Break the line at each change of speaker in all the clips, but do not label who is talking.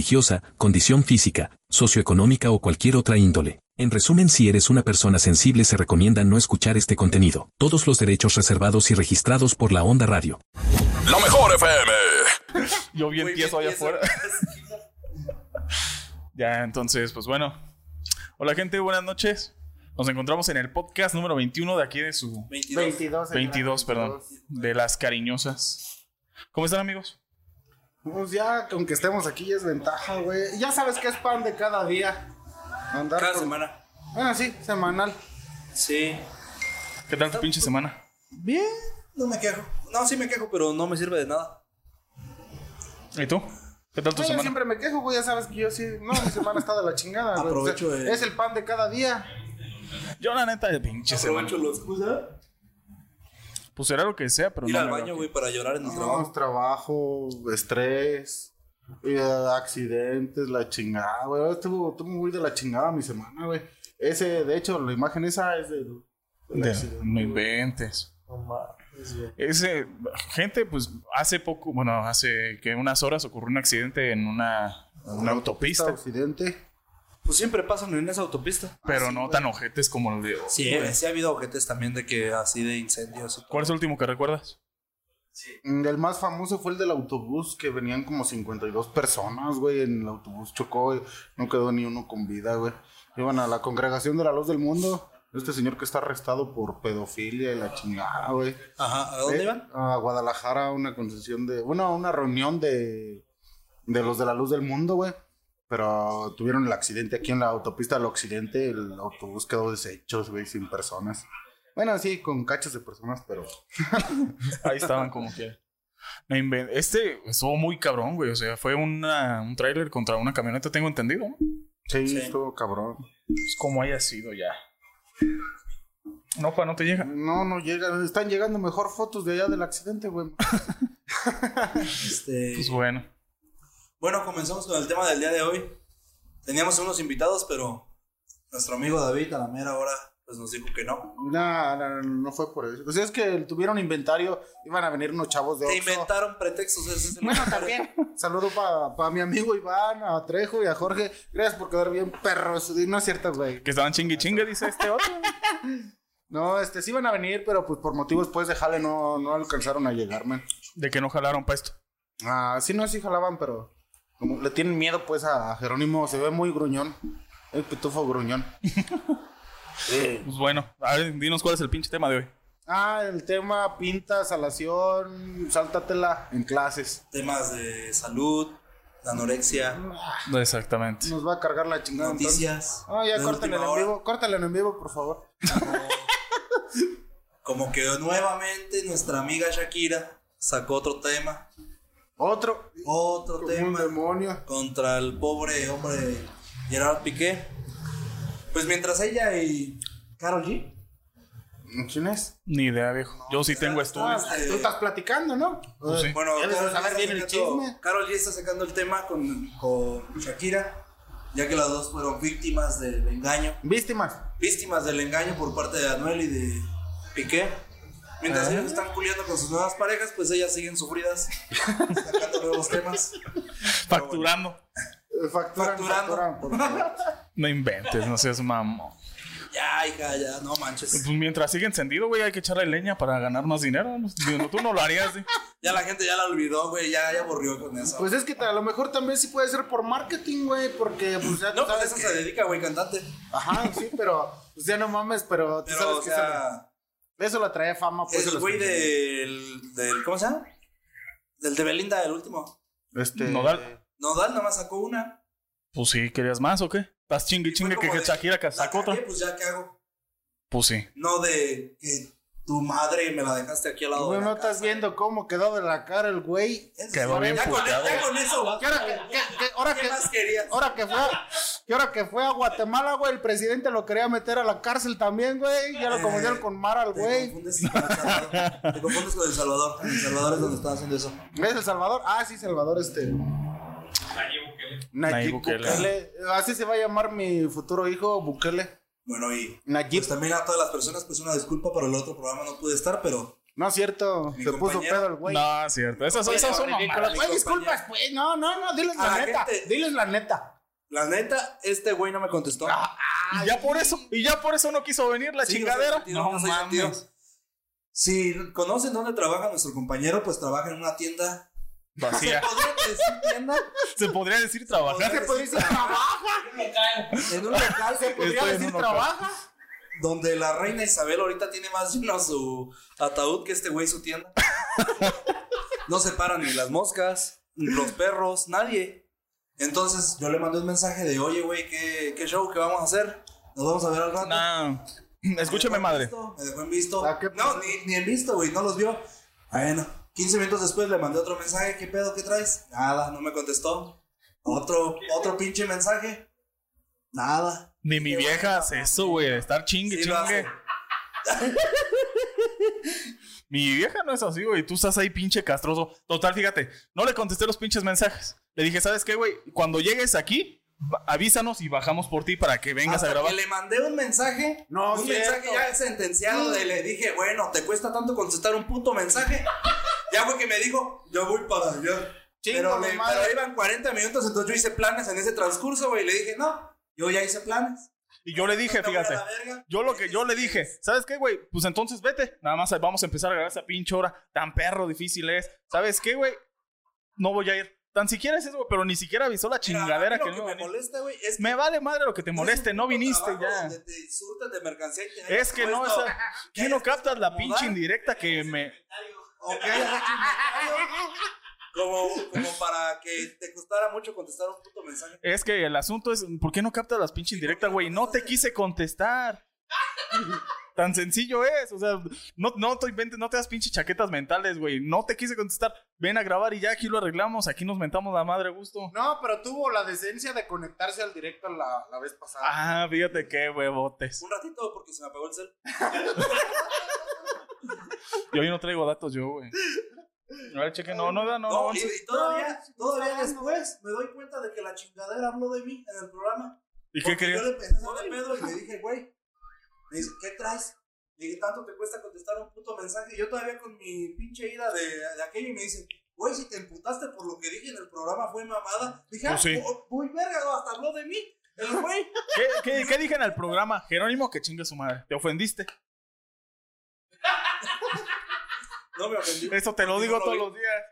religiosa, condición física, socioeconómica o cualquier otra índole. En resumen, si eres una persona sensible se recomienda no escuchar este contenido. Todos los derechos reservados y registrados por la Onda Radio.
La mejor FM.
Yo bien tieso allá afuera. ya, entonces, pues bueno. Hola gente, buenas noches. Nos encontramos en el podcast número 21 de aquí de su...
22.
22, perdón. De las cariñosas. ¿Cómo están amigos?
Pues ya, aunque estemos aquí ya es ventaja, güey. Ya sabes que es pan de cada día. Andar
Cada
por-
semana.
Ah, sí, semanal.
Sí.
¿Qué tal tu pinche semana?
Bien.
No me quejo. No, sí me quejo, pero no me sirve de nada.
¿Y tú? ¿Qué tal tu
Güey, Pues yo
semana?
siempre me quejo, güey. Ya sabes que yo sí. No, mi semana está de la chingada, güey.
Aprovecho
O sea,
el-
Es el pan de cada día.
Yo la neta de pinche semana.
la excusa.
Pues será lo que sea, pero
Ir
no
al
me
baño,
veo
güey, para llorar en el trabajo.
Trabajo, trabajo estrés, eh, accidentes, la chingada, güey. Estuvo, estuvo muy de la chingada mi semana, güey. Ese, de hecho, la imagen esa es del. del
aquí. De-
accidente,
No
güey.
inventes.
No mames, güey.
Ese, gente, pues hace poco, bueno, hace que unas horas ocurrió un accidente en una, una autopista,
Accidente.
Pues siempre pasan en esa autopista.
pero no tan ojetes como el de...
Sí, eh, sí ha habido ojetes también de que así de incendios. y todo.
¿Cuál es el último que recuerdas?
Mm, El más famoso fue el del autobús, que venían como 52 personas, güey. En el autobús chocó, y no quedó ni uno con vida, güey. Iban a la congregación de la luz del mundo. Este señor que está arrestado por pedofilia y la chingada, güey.
Ajá, ¿a dónde
Eh,
iban?
A Guadalajara, a una concesión de. Bueno, a una reunión de. De los de la luz del mundo, güey. Pero tuvieron el accidente aquí en la autopista del occidente. El autobús quedó deshecho, güey, sin personas. Bueno, sí, con cachos de personas, pero.
Ahí estaban como que. No inven- Este estuvo muy cabrón, güey. O sea, fue una- un tráiler contra una camioneta, tengo entendido, ¿no?
Sí,
Sí.
estuvo cabrón.
Pues como haya sido ya. No, pa, no te llega.
No, no llegan. Están llegando mejor fotos de allá del accidente, güey.
Este,
Pues bueno.
bueno, comenzamos con el tema del día de hoy. Teníamos unos invitados, pero nuestro amigo David a la mera hora pues nos dijo que no.
No, no, no, no fue por eso. Pues es que tuvieron inventario. Iban a venir unos chavos de
Te
Oxxo.
inventaron pretextos. ese es el-
Saludo para mi amigo Iván, a Trejo y a Jorge. Gracias por quedar bien perros. Y No es cierto, güey.
Que estaban chingui chingue, dice este otro.
No, este, sí iban a venir, pero pues por motivos pues de jale no, no alcanzaron a llegar, man.
De que no jalaron pa' esto.
Ah, sí, no, sí jalaban, pero como le tienen miedo pues a Jerónimo. Se ve muy gruñón. El pitufo gruñón. Sí.
Pues bueno. A ver, dinos cuál es el pinche tema de hoy.
Ah, el tema pinta, salación, sáltatela en clases.
Temas de salud, de anorexia,
No exactamente.
Nos va a cargar la chingada. entonces.
noticias.
Ah, ya
de
córtale en
última hora.
vivo, córtale en vivo, por favor.
Como que nuevamente nuestra amiga Shakira sacó otro tema,
Otro.
otro
Como un
tema
demonio.
contra el pobre hombre Gerard Piqué. Pues mientras ella y Carol G.
¿Quién es?
Ni idea, viejo. Yo sí tengo
Ah,
estudios.
este-
tú estás platicando, ¿no?
Pues sí.
Bueno,
Ya debes
Karol G
saber
está
bien el
sacando-
chisme.
Karol G está sacando el tema con, con Shakira, ya que las dos fueron víctimas del engaño.
Víctimas.
víctimas del engaño por parte de Anuel y de Piqué. Mientras
Ah.
ellos están culiando con sus nuevas parejas, pues ellas siguen sufridas, sacando nuevos temas.
Facturando.
Eh, Facturan,
Facturando.
facturan, por favor.
No inventes, no seas mamón.
Ya, hija, ya, no manches.
Pues mientras sigue encendido, güey, hay que echarle leña para ganar más dinero. ¿no? Digo, Tú no lo harías, ¿eh? ¿sí?
Ya la gente ya la olvidó, güey, ya, ya aburrió con eso.
Pues es que a lo mejor también sí puede ser por marketing, güey, porque pues ya tú
no, pues
sabes
eso
que...
se dedica, güey, cantante.
Ajá, sí, pero pues ya no mames, pero tú
Pero,
sabes
o
que eso-
sea,
eso la trae fama, pues
el
los-
güey del, del. ¿Cómo se llama? Del de Belinda, el último.
este
Nodal.
Nodal nomás sacó una.
Pues sí, ¿querías más o qué? Estás chingui
Y fue
chingue que,
como
que
de,
Shakira que
La
sacó otra.
cagué, Pues ya, ¿qué hago?
Pues sí.
No de que tu madre me la dejaste aquí al lado.
Güey,
de
Pues, no
la
estás
casa.
viendo cómo quedó de la cara el güey.
Eso
Quedó
sí,
bien
ya con,
puteado.
ya con eso.
¿Qué hora que, qué- qué- ahora
¿Qué
que-
más querías?
ahora que fue a, qué hora que fue a Guatemala, güey? El presidente lo quería meter a la cárcel también, güey. Ya lo confundieron con Mara, el
Te
güey.
confundes con El Salvador. Te confundes con El Salvador. En El Salvador es donde estaba haciendo eso.
¿Es El Salvador? Ah, sí, Salvador, este. Nayib
Nayib
Bukele.
Bukele.
Así se va a llamar mi futuro hijo, Bukele.
Bueno, y
Nayib.
pues también a todas las personas, pues una disculpa por el otro programa, no pude estar, pero
No es cierto,
Mi
se puso
compañero.
pedo el güey.
No, es cierto. Esas,
Oye,
esas son
ridículo.
mamadas.
Güey, disculpas, pues. No, no, no, diles
A
la
la
neta.
Ah, gente.
Diles la neta.
la neta, este güey no me contestó.
Y ya por eso, y ya por eso no quiso venir la
Sí,
chingadera.
no soy sentido, no soy sentido. Si conocen dónde trabaja nuestro compañero, pues trabaja en una tienda.
Vacía.
¿Podría decir tienda?
Se podría decir trabajar.
Se podría decir En un local se podría
Podría
en
decir
un local.
trabaja.
donde la reina Isabel ahorita tiene más lleno su ataúd que este güey su tienda. No se paran ni las moscas, ni los perros, nadie. Entonces yo le mandé un mensaje de, oye, güey, ¿qué, qué show que vamos a hacer? Nos vamos a ver al rato.
No. Escúchame,
Me dejó
madre.
en visto, me dejó en visto.
¿A qué
No,
pasó?
ni, ni en visto, güey, no los vio. Bueno, 15 minutos después le mandé otro mensaje, ¿qué pedo, qué traes? Nada, no me contestó. Otro, otro pinche mensaje. Nada.
Ni mi vieja hace eso, güey. de Estar chingue,
Sí lo
chingue.
hace.
Mi vieja no es así, güey. Tú estás ahí pinche castroso. Total, fíjate, no le contesté los pinches mensajes. Le dije, ¿sabes qué, güey? Cuando llegues aquí, ba- avísanos y bajamos por ti para que vengas
Hasta
a grabar.
que Ah, le mandé un mensaje.
No,
un
cierto.
mensaje ya sentenciado. De, le dije, bueno, te cuesta tanto contestar un puto mensaje. ya fue que me dijo, yo voy para allá.
Chingo
Pero,
mi
le-
madre.
pero iban 40 minutos, entonces yo hice planes en ese transcurso, güey. Y le dije, no, yo ya hice planes.
Y yo le dije,
No te voy a
fíjate.
la verga.
Yo lo que yo le dije, ¿sabes qué, güey? Pues entonces vete. Nada más vamos a empezar a grabar esa pinche hora. Tan perro difícil es. ¿Sabes qué, güey? No voy a ir. Tan siquiera es eso, güey. Pero ni siquiera avisó la
Mira, a mí
chingadera
lo
que, no
me
iba a venir.
molesta, güey, es que
Me vale madre lo que te moleste.
es un
No
puto
viniste
trabajo
ya.
donde pues te insultan de mercancía y te
Es que no,
puesto-
esa- ¿Quién no captas la
acomodar?
pinche indirecta que me.
Ok, como, como para que te costara mucho contestar un puto mensaje.
Es que el asunto es, ¿por qué no captas las pinches indirectas, güey? No te quise contestar. Tan sencillo es, o sea, no, no te inventes, no te das pinches chaquetas mentales, güey. No te quise contestar. Ven a grabar y ya aquí lo arreglamos, aquí nos mentamos la madre a gusto.
No, pero tuvo la decencia de conectarse al directo la, la vez pasada.
Ah, fíjate qué huevotes.
Un ratito porque se me apagó el cel.
Yo hoy no traigo datos yo, güey. A ver, cheque, no, no, no, no.
No,
no,
y, y todavía, todavía después me doy cuenta de que la chingadera habló de mí en el programa.
¿Y qué
Porque
querías?
Yo le empecé a hacer de pedo y le dije, güey, me dice, ¿qué traes? Le dije, tanto te cuesta contestar un puto mensaje. Yo todavía con mi pinche ida de, de aquello y me dice, güey, si te emputaste por lo que dije en el programa fue mamada. Dije, ah,
Pues sí.
o- o- muy verga, hasta habló de mí. El güey.
¿Qué, qué, qué dije en el programa? Jerónimo, que chinga su madre. Te ofendiste.
No me ofendió.
Eso te lo digo
No lo
todos
vi.
los días.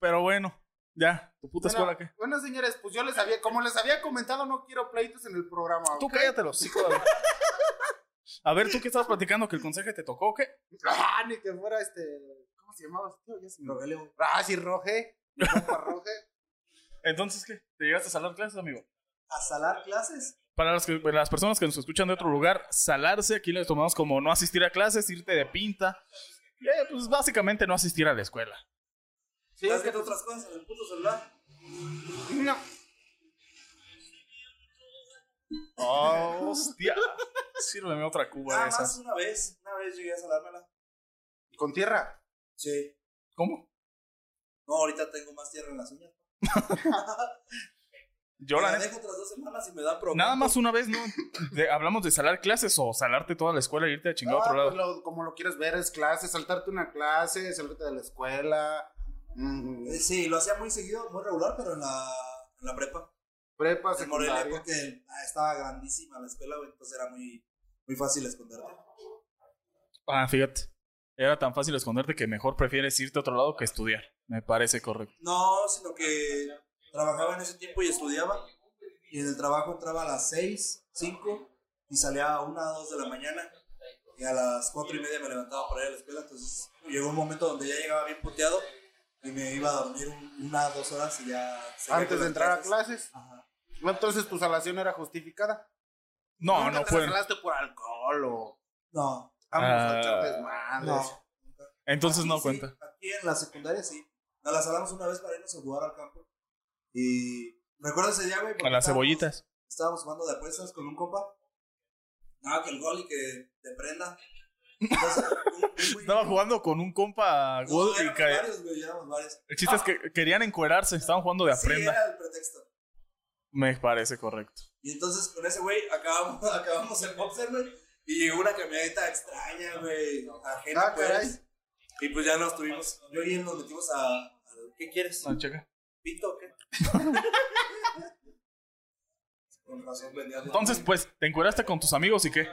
Pero bueno, ya, tu puta
Bueno,
escuela que.
bueno, señores, pues yo les había, como les había comentado, no quiero pleitos en el programa.
Tú
¿ok?
cállate los hocico, David. A ver, ¿tú qué estabas platicando? ¿Que el conseje te tocó o qué?
Ah, ni que fuera este. ¿Cómo se llamaba? este tío? Ya se me olvidó.
Rogelio,
Ah, sí, Roge. Mi compa Roge.
Entonces, ¿qué? ¿Te llegaste a salar clases, amigo?
¿A salar clases?
Para las, que- para las personas que nos escuchan de otro lugar, salarse aquí les tomamos como no asistir a clases, irte de pinta. Eh, pues básicamente no asistir a la escuela.
Sí,
¿Estás
es que pues
viendo otras cosas en el puto celular?
No.
Oh, hostia. Sírveme otra cuba
Nada
de
más
esas.
una vez, una vez llegué a salármela.
Con tierra.
Sí.
¿Cómo?
No, ahorita tengo más tierra en las uñas.
Yo la
Me
neta.
dejo otras dos semanas y me da problema.
Nada más una vez, ¿no? De- hablamos de salar clases o salarte toda la escuela y irte a chingar a
Ah,
otro lado.
pues lo- como lo quieras ver, es clase, saltarte una clase, saltarte de la escuela. mm,
Eh, Sí, lo hacía muy seguido, muy regular, pero en la, en la prepa.
prepa,
En Morelia,
secundaria.
porque ah, estaba grandísima la escuela, güey, entonces era muy, muy fácil esconderte.
Ah, fíjate. Era tan fácil esconderte que mejor prefieres irte a otro lado que estudiar. Me parece correcto.
No, sino que trabajaba en ese tiempo y estudiaba. Y en el trabajo entraba a las 6, 5 y salía a 1, 2 de la mañana. Y a las 4 y media me levantaba para ir a la escuela. Entonces llegó un momento donde ya llegaba bien puteado y me iba a dormir un- una, dos horas y ya. seguía
Antes
con
de
las
entrar a clases.
Ajá.
Entonces tu salación era justificada.
No,
Nunca
no
te
fue.
la salaste por alcohol o.
No, Ambos
Ah,
echar desmadres.
no. Entonces
Aquí
no
sí,
cuenta.
Aquí en la secundaria sí. Nos la salamos una vez para irnos a jugar al campo. Y recuerdo ese día, güey. porque
A las
estábamos-
cebollitas.
Estábamos jugando de apuestas con un compa. Nada, que el gol y que te prenda. Entonces, un- un güey-
Estaba jugando con un compa
No,
God y
éramos
cae.
varios, güey, éramos varios.
El chiste es que querían encuerarse, estaban jugando de
Sí,
aprenda.
era el pretexto.
Me parece correcto.
Y entonces con ese güey acabamos, acabamos el boxer, güey. Y llegó una camioneta extraña, güey. Ajena,
Ah,
pues.
caray.
Y pues ya nos tuvimos. Yo y él nos metimos a. a- ¿Qué quieres?
No, checa.
¿Pito o qué? con razón vendía.
Entonces, pues, ¿te encueraste con tus amigos y qué?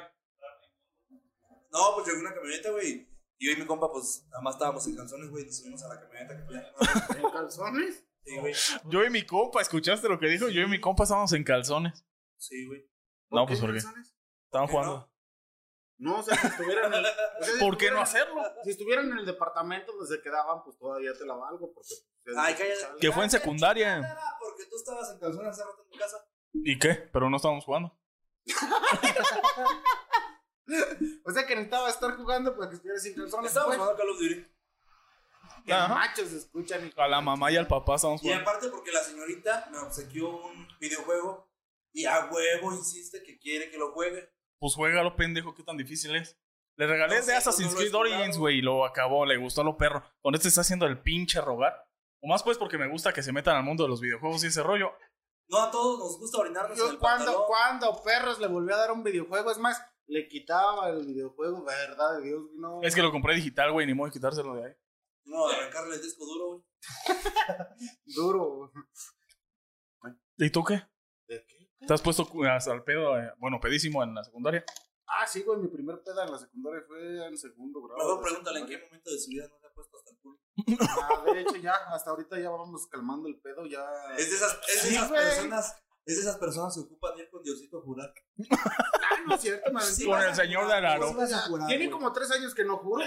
No, pues llegó una camioneta, güey. Y yo y mi compa, pues, nada más estábamos en calzones, güey. Nos subimos a la camioneta que ya.
¿En calzones?
Sí, güey.
Yo y mi compa, ¿escuchaste lo que dijo? Yo y mi compa estábamos en calzones.
Sí, güey.
No, pues,
en
¿por qué?
calzones?
Estaban
¿Por qué
jugando.
No, o sea, si estuvieran. en el- o sea, si
¿Por qué no
estuvieran-
hacerlo?
Si estuvieran en el departamento donde se quedaban, pues todavía te la valgo. Porque, pues,
Ay, cállate.
Que fue en
Cállate,
secundaria.
chingada, Porque tú estabas en calzones hace rato en tu casa.
¿Y qué? Pero no estábamos jugando.
O sea, que necesitaba estar jugando para que estuvieras sin calzones.
Estábamos
Pues,
jugando Call of Duty.
que
Ajá.
machos se escuchan. y-
A la mamá y al papá estábamos
Y
jugando.
aparte porque la señorita me obsequió un videojuego y a huevo insiste que quiere que lo juegue.
Pues juégalo, pendejo, qué tan difícil es. Le regalé
No
de
sé,
Assassin's
no lo he
Creed Origins,
jugado.
güey, y lo acabó, le gustó a lo perro. Con este está haciendo el pinche rogar. O más pues porque me gusta que se metan al mundo de los videojuegos y ese rollo.
No a todos nos gusta orinarnos en
Yo
el
cuando,
pantalón.
cuando perros le volví a dar un videojuego, es más, le quitaba el videojuego, verdad de Dios, no.
Es que lo compré digital, güey, ni modo de quitárselo de ahí.
No, arrancarle el disco duro, güey.
Duro.
¿Y tú qué?
¿De qué?
¿Te has puesto cu- hasta el pedo, eh, bueno, pedísimo en la secundaria?
Ah, sí, güey, mi primer peda en la secundaria fue en segundo grado.
Luego
de
pregúntale en qué
secundaria.
momento de su vida no le ha puesto hasta el culo.
Ah, de hecho, ya, hasta ahorita ya vamos calmando el pedo, ya.
Es de esas, es de
Ah, Sí,
esas
güey.
personas, es de esas personas que ocupan ir con Diosito a jurar.
Ah, no es cierto, me aventé
Sí,
Con
vas
el
a
señor
jurar,
de Araro.
vos Pues vas a jurar,
Tiene
güey.
como tres años que no juro.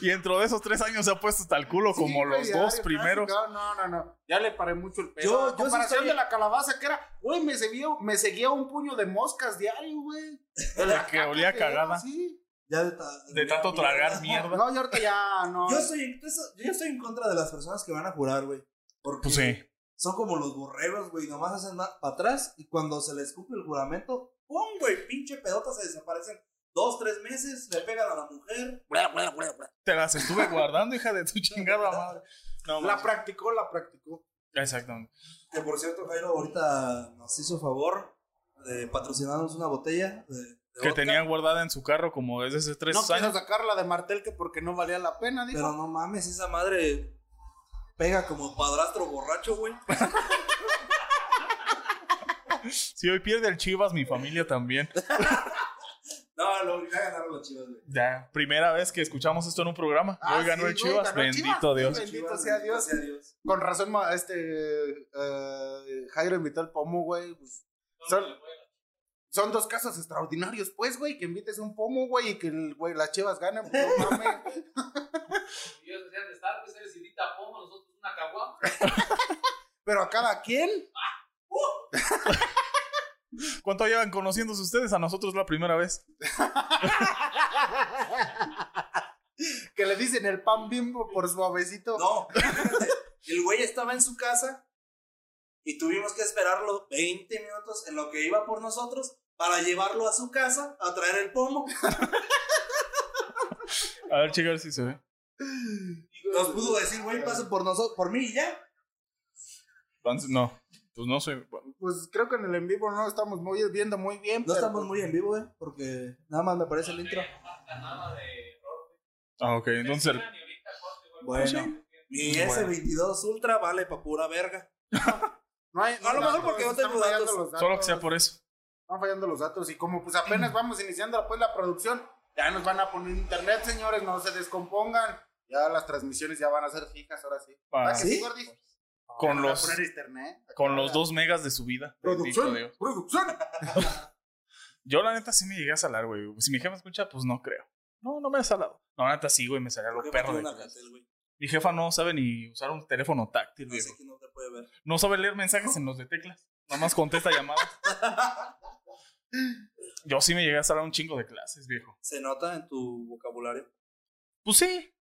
Y dentro de esos tres años se ha puesto hasta el culo
Sí,
como
güey,
los
diario,
dos
casi,
primeros.
cabrón, No, no, no. Ya le paré mucho el pedo.
Yo-
Yo,
yo sí
comparación
estoy-
de la calabaza que era, güey, me seguía, me seguía un puño de moscas diario, güey. De
la que olía
era,
cagada.
Sí.
Ya de, ta-
De tanto tragar mierda.
No, y ahorita ya no.
Yo estoy, en- eso- yo estoy en contra de las personas que van a jurar, güey. Porque
Pues sí.
son como los borregos, güey. Nomás hacen para atrás y cuando se les cumple el juramento, ¡pum, güey! Pinche pedota se desaparecen. Dos, tres meses, le pegan a la mujer.
Te las estuve guardando, hija de tu chingada madre. No,
La
mames.
practicó, la practicó.
Exactamente.
Que por cierto, Jairo ahorita nos hizo favor de patrocinarnos una botella de, de
Que
vodka,
tenía guardada en su carro como desde hace tres
No quiso
años.
sacarla de Martel que porque no valía la pena, dijo.
Pero no mames, esa madre pega como padrastro borracho, güey.
Si hoy pierde el Chivas, mi familia también.
No, lo, ya ganaron los chivas, güey.
Ya, primera vez que escuchamos esto en un programa.
Ah,
hoy ganó
sí,
el
güey,
Chivas,
ganó el
bendito
Chivas.
Dios.
Bendito
Chivas,
sea Dios.
sea Dios.
Con razón, ma- este eh, Jairo invitó al pomo, güey. pues, son, son dos casos extraordinarios, pues, güey, que invites un pomo, güey, y que el, güey, las chivas ganen. Pues, no mames.
Dios decía de tarde, se les invita a pomo, nosotros una caguama.
Pero a cada quien.
¿Cuánto llevan conociéndose ustedes? A nosotros la primera vez.
que le dicen el pan bimbo por suavecito.
No, espérate. el güey estaba en su casa y tuvimos que esperarlo 20 minutos en lo que iba por nosotros para llevarlo a su casa a traer el pomo.
A ver, chicas, si se ve.
Nos pudo decir, güey, pasa por nosotros, por mí y ya.
Entonces, No, pues no soy.
Pues creo que en el en vivo no estamos muy viendo muy bien.
No
pero-
estamos muy en vivo, güey, porque nada más me aparece el intro.
Nada de error.
Ah, ok, entonces el-
Ni ahorita corte, güey.
Pues
Bueno, mi
Bueno.
S22 Ultra vale pa' pura verga.
No hay-
A lo mejor porque no
están
tengo
fallando
datos.
los
solo que sea
datos.
por Mm. eso.
Van fallando los datos y como pues apenas vamos iniciando pues la producción, ya nos van a poner internet, señores, no se descompongan. Ya las transmisiones ya van a ser fijas, ahora sí.
Ah,
¿Ah, que sí,
¿sí?
Gordy?
Con
Van Ah, a
los-
poner internet.
Con los dos megas de su vida. Bendito
Producción,
Dios.
producción.
Yo, la neta, sí me llegué a salar, güey. Si mi jefa escucha, pues no creo. No, no me ha salado. No, la neta, sí, güey, me salía lo
Porque
perro.
tiene
de
un
clase.
Alcatel, güey.
Mi jefa no sabe ni usar un teléfono táctil,
No
viejo.
sé quién no te puede ver.
No sabe leer mensajes en los de teclas. Nada más contesta llamadas. Yo sí me llegué a salar un chingo de clases, viejo.
Se nota en tu vocabulario.
Pues sí,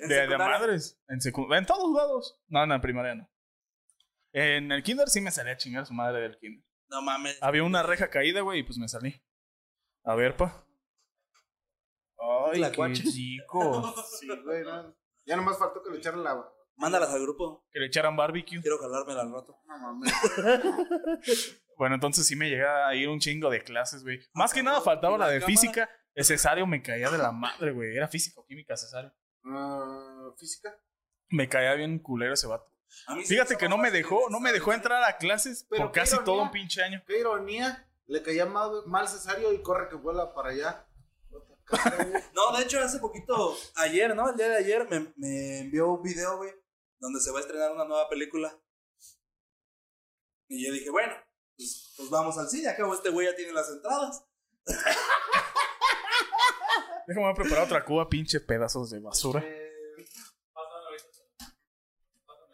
En
de, de a
secundaria,
madres. En, secu- en todos lados. No, no, en primaria no. En el kinder sí me salí a chingar a su madre del kinder.
No mames.
Había una reja caída, güey, y pues me salí. A ver, pa. Ay,
La
qué
cuacha.
chico.
Sí, güey, no. Ya nomás faltó que le echaran la. No
Mándalas al grupo.
Que le echaran barbecue.
Quiero jalármela al rato.
mames.
Bueno, entonces sí me llegaba a ir un chingo de clases, güey. Más que nada
Ah, cabrón.
faltaba
¿Y
la
la
de
cámara?
física. El cesario me caía de la madre, güey. Era físico, química, cesario.
Ah, ¿Física?
Me caía bien culero ese vato.
A mí sí
Fíjate
me
que no me
más
dejó, no me dejó
interesante.
entrar a clases
Pero
por
qué
casi todo
ironía.
un pinche año.
Qué ironía. Le caía mal, mal Cesario y corre que vuela para allá.
No, de hecho, hace poquito, ayer, ¿no? El día de ayer me, me envió un video, güey, donde se va a estrenar una nueva película. Y yo dije, bueno, pues, pues vamos al cine. Acabo este güey ya tiene las entradas.
Déjame voy a preparar otra cuba, pinche pedazos de basura.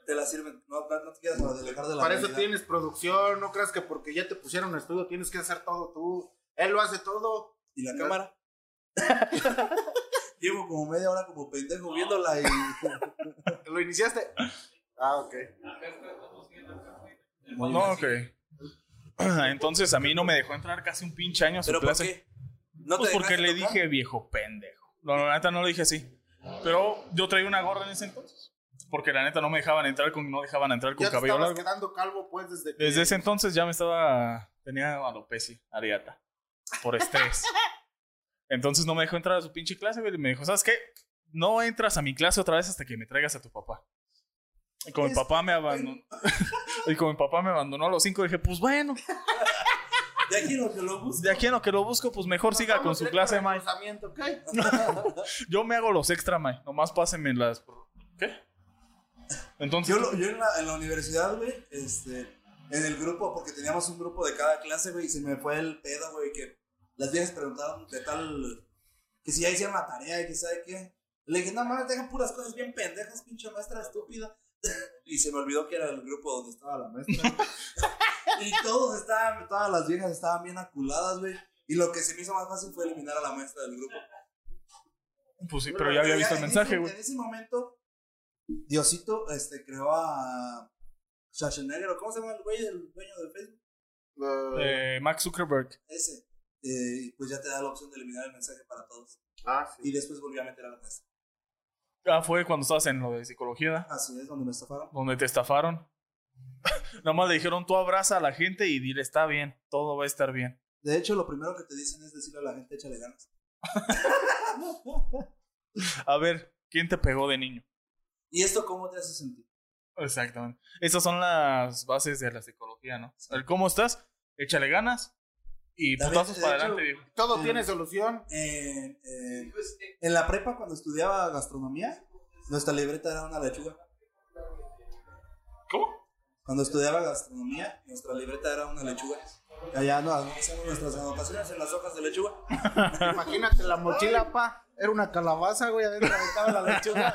Te la sirven. No, no, no te quieras alejar de la
Para eso
realidad.
tienes producción, no creas que porque ya te pusieron estudio tienes que hacer todo tú. Él lo hace todo.
¿Y la cámara? Llevo como media hora como pendejo viéndola y...
¿Lo iniciaste? Ah, ok.
No, ok. Entonces a mí no me dejó entrar casi un pinche año a su
¿Pero por
clase.
qué? ¿No
pues
te
porque
dejaste
le
tocar?
dije viejo pendejo. No, la neta no le dije así. Pero yo traía una gorra en ese entonces. Porque la neta no me dejaban entrar con, no dejaban entrar con
Ya te
cabello
estabas
largo.
quedando calvo, pues, desde que.
Desde ese entonces ya me estaba. Tenía alopecia areata. Por estrés. Entonces no me dejó entrar a su pinche clase, güey. y Me dijo, ¿sabes qué? No entras a mi clase otra vez hasta que me traigas a tu papá. Y como mi papá me abandonó. y como mi papá me abandonó a los cinco, dije, pues bueno,
De aquí lo que lo busco.
de aquí en lo que lo busco, pues mejor siga con su clase, May.
Pensamiento, ¿ok?
Yo me hago los extra, May. Nomás pásenme las. ¿Qué? Entonces.
Yo, lo- yo en, la, en la universidad, güey, este, en el grupo, porque teníamos un grupo de cada clase, güey, y se me fue el pedo, güey, que las viejas preguntaron de tal, que si ya hicieron la tarea y que sabe qué. Le dije, no mames, dejan puras cosas bien pendejas, pinche maestra estúpida. Y se me olvidó que era el grupo donde estaba la maestra. y todos estaban, todas las viejas estaban bien aculadas, güey. Y lo que se me hizo más fácil fue eliminar a la maestra del grupo.
Pues sí, pero ya había visto el
en
mensaje,
ese-
güey.
En ese momento, Diosito este, creó a Schwarzenegger, ¿o ¿cómo se llama el güey, el dueño de Facebook?
Eh,
Eh, Max Zuckerberg.
Ese. Eh, y pues ya te da la opción de eliminar el mensaje para todos.
ah, sí.
Y después volví a meter a la mesa.
Ah, fue cuando estabas en lo de psicología, ¿da?
Así es, donde me estafaron.
donde te estafaron. Nada más le dijeron, tú abraza a la gente y dile, está bien, todo va a estar bien.
De hecho, lo primero que te dicen es decirle a la gente, échale ganas.
A ver, ¿quién te pegó de niño?
¿Y esto cómo te hace sentir?
Exactamente. Esas son las bases de la psicología, ¿no? El cómo estás, échale ganas y
También,
putazos
de
para
hecho,
adelante, viejo.
Todo
Eh,
tiene solución.
En, en- en la prepa, cuando estudiaba gastronomía, nuestra libreta era una lechuga.
¿Cómo?
Cuando estudiaba gastronomía, nuestra libreta era una lechuga. Y Allá no, hacíamos nuestras anotaciones en las hojas de lechuga.
Imagínate la mochila, pa. Era una calabaza, güey, adentro estaba la lechuga.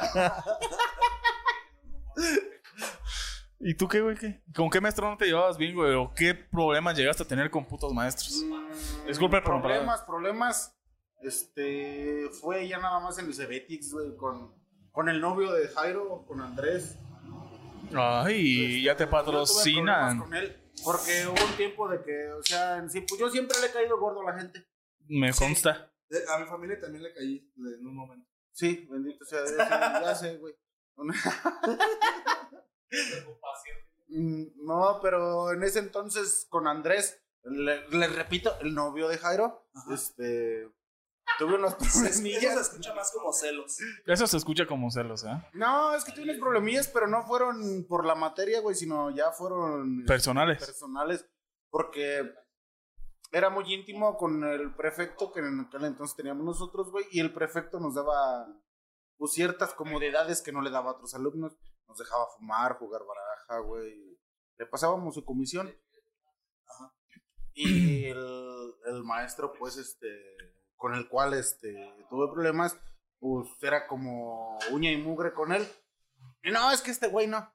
¿Y tú qué, güey? qué? ¿Con qué maestro no te llevabas bien, güey? ¿O qué problemas llegaste a tener con putos maestros?
Mm,
Disculpe por la
Problemas, problemas. Este. Fue ya nada más en los Cebetics, güey, con, con el novio de Jairo, con Andrés.
Ay, ya te
Yo
patrocinan.
tuve Pues, problemas con él porque hubo un tiempo de que, o sea, en sí, pues yo siempre le he caído gordo a la gente.
Me
Sí.
consta.
Eh, A mi familia también le caí le- en un momento.
Sí, bendito sea Dios. sí, ya sé, güey. Una- Mm, No, pero en ese entonces con Andrés, le, le repito, el novio de Jairo,
Ajá.
este. Tuve unos
Eso se
problemillas.
escucha más como celos.
Eso se escucha como celos, ¿eh?
No, es que tuve unos problemillas, pero no fueron por la materia, güey, sino ya fueron. este,
Personales.
personales, porque era muy íntimo con el prefecto que en aquel entonces teníamos nosotros, güey, y el prefecto nos daba pues, ciertas comodidades que no le daba a otros alumnos. Nos dejaba fumar, jugar baraja, güey. Le pasábamos su comisión. Ajá. Y el, el maestro, pues, este, con el cual este, tuve problemas, pues era como uña y mugre con él. Y no, es que este güey no.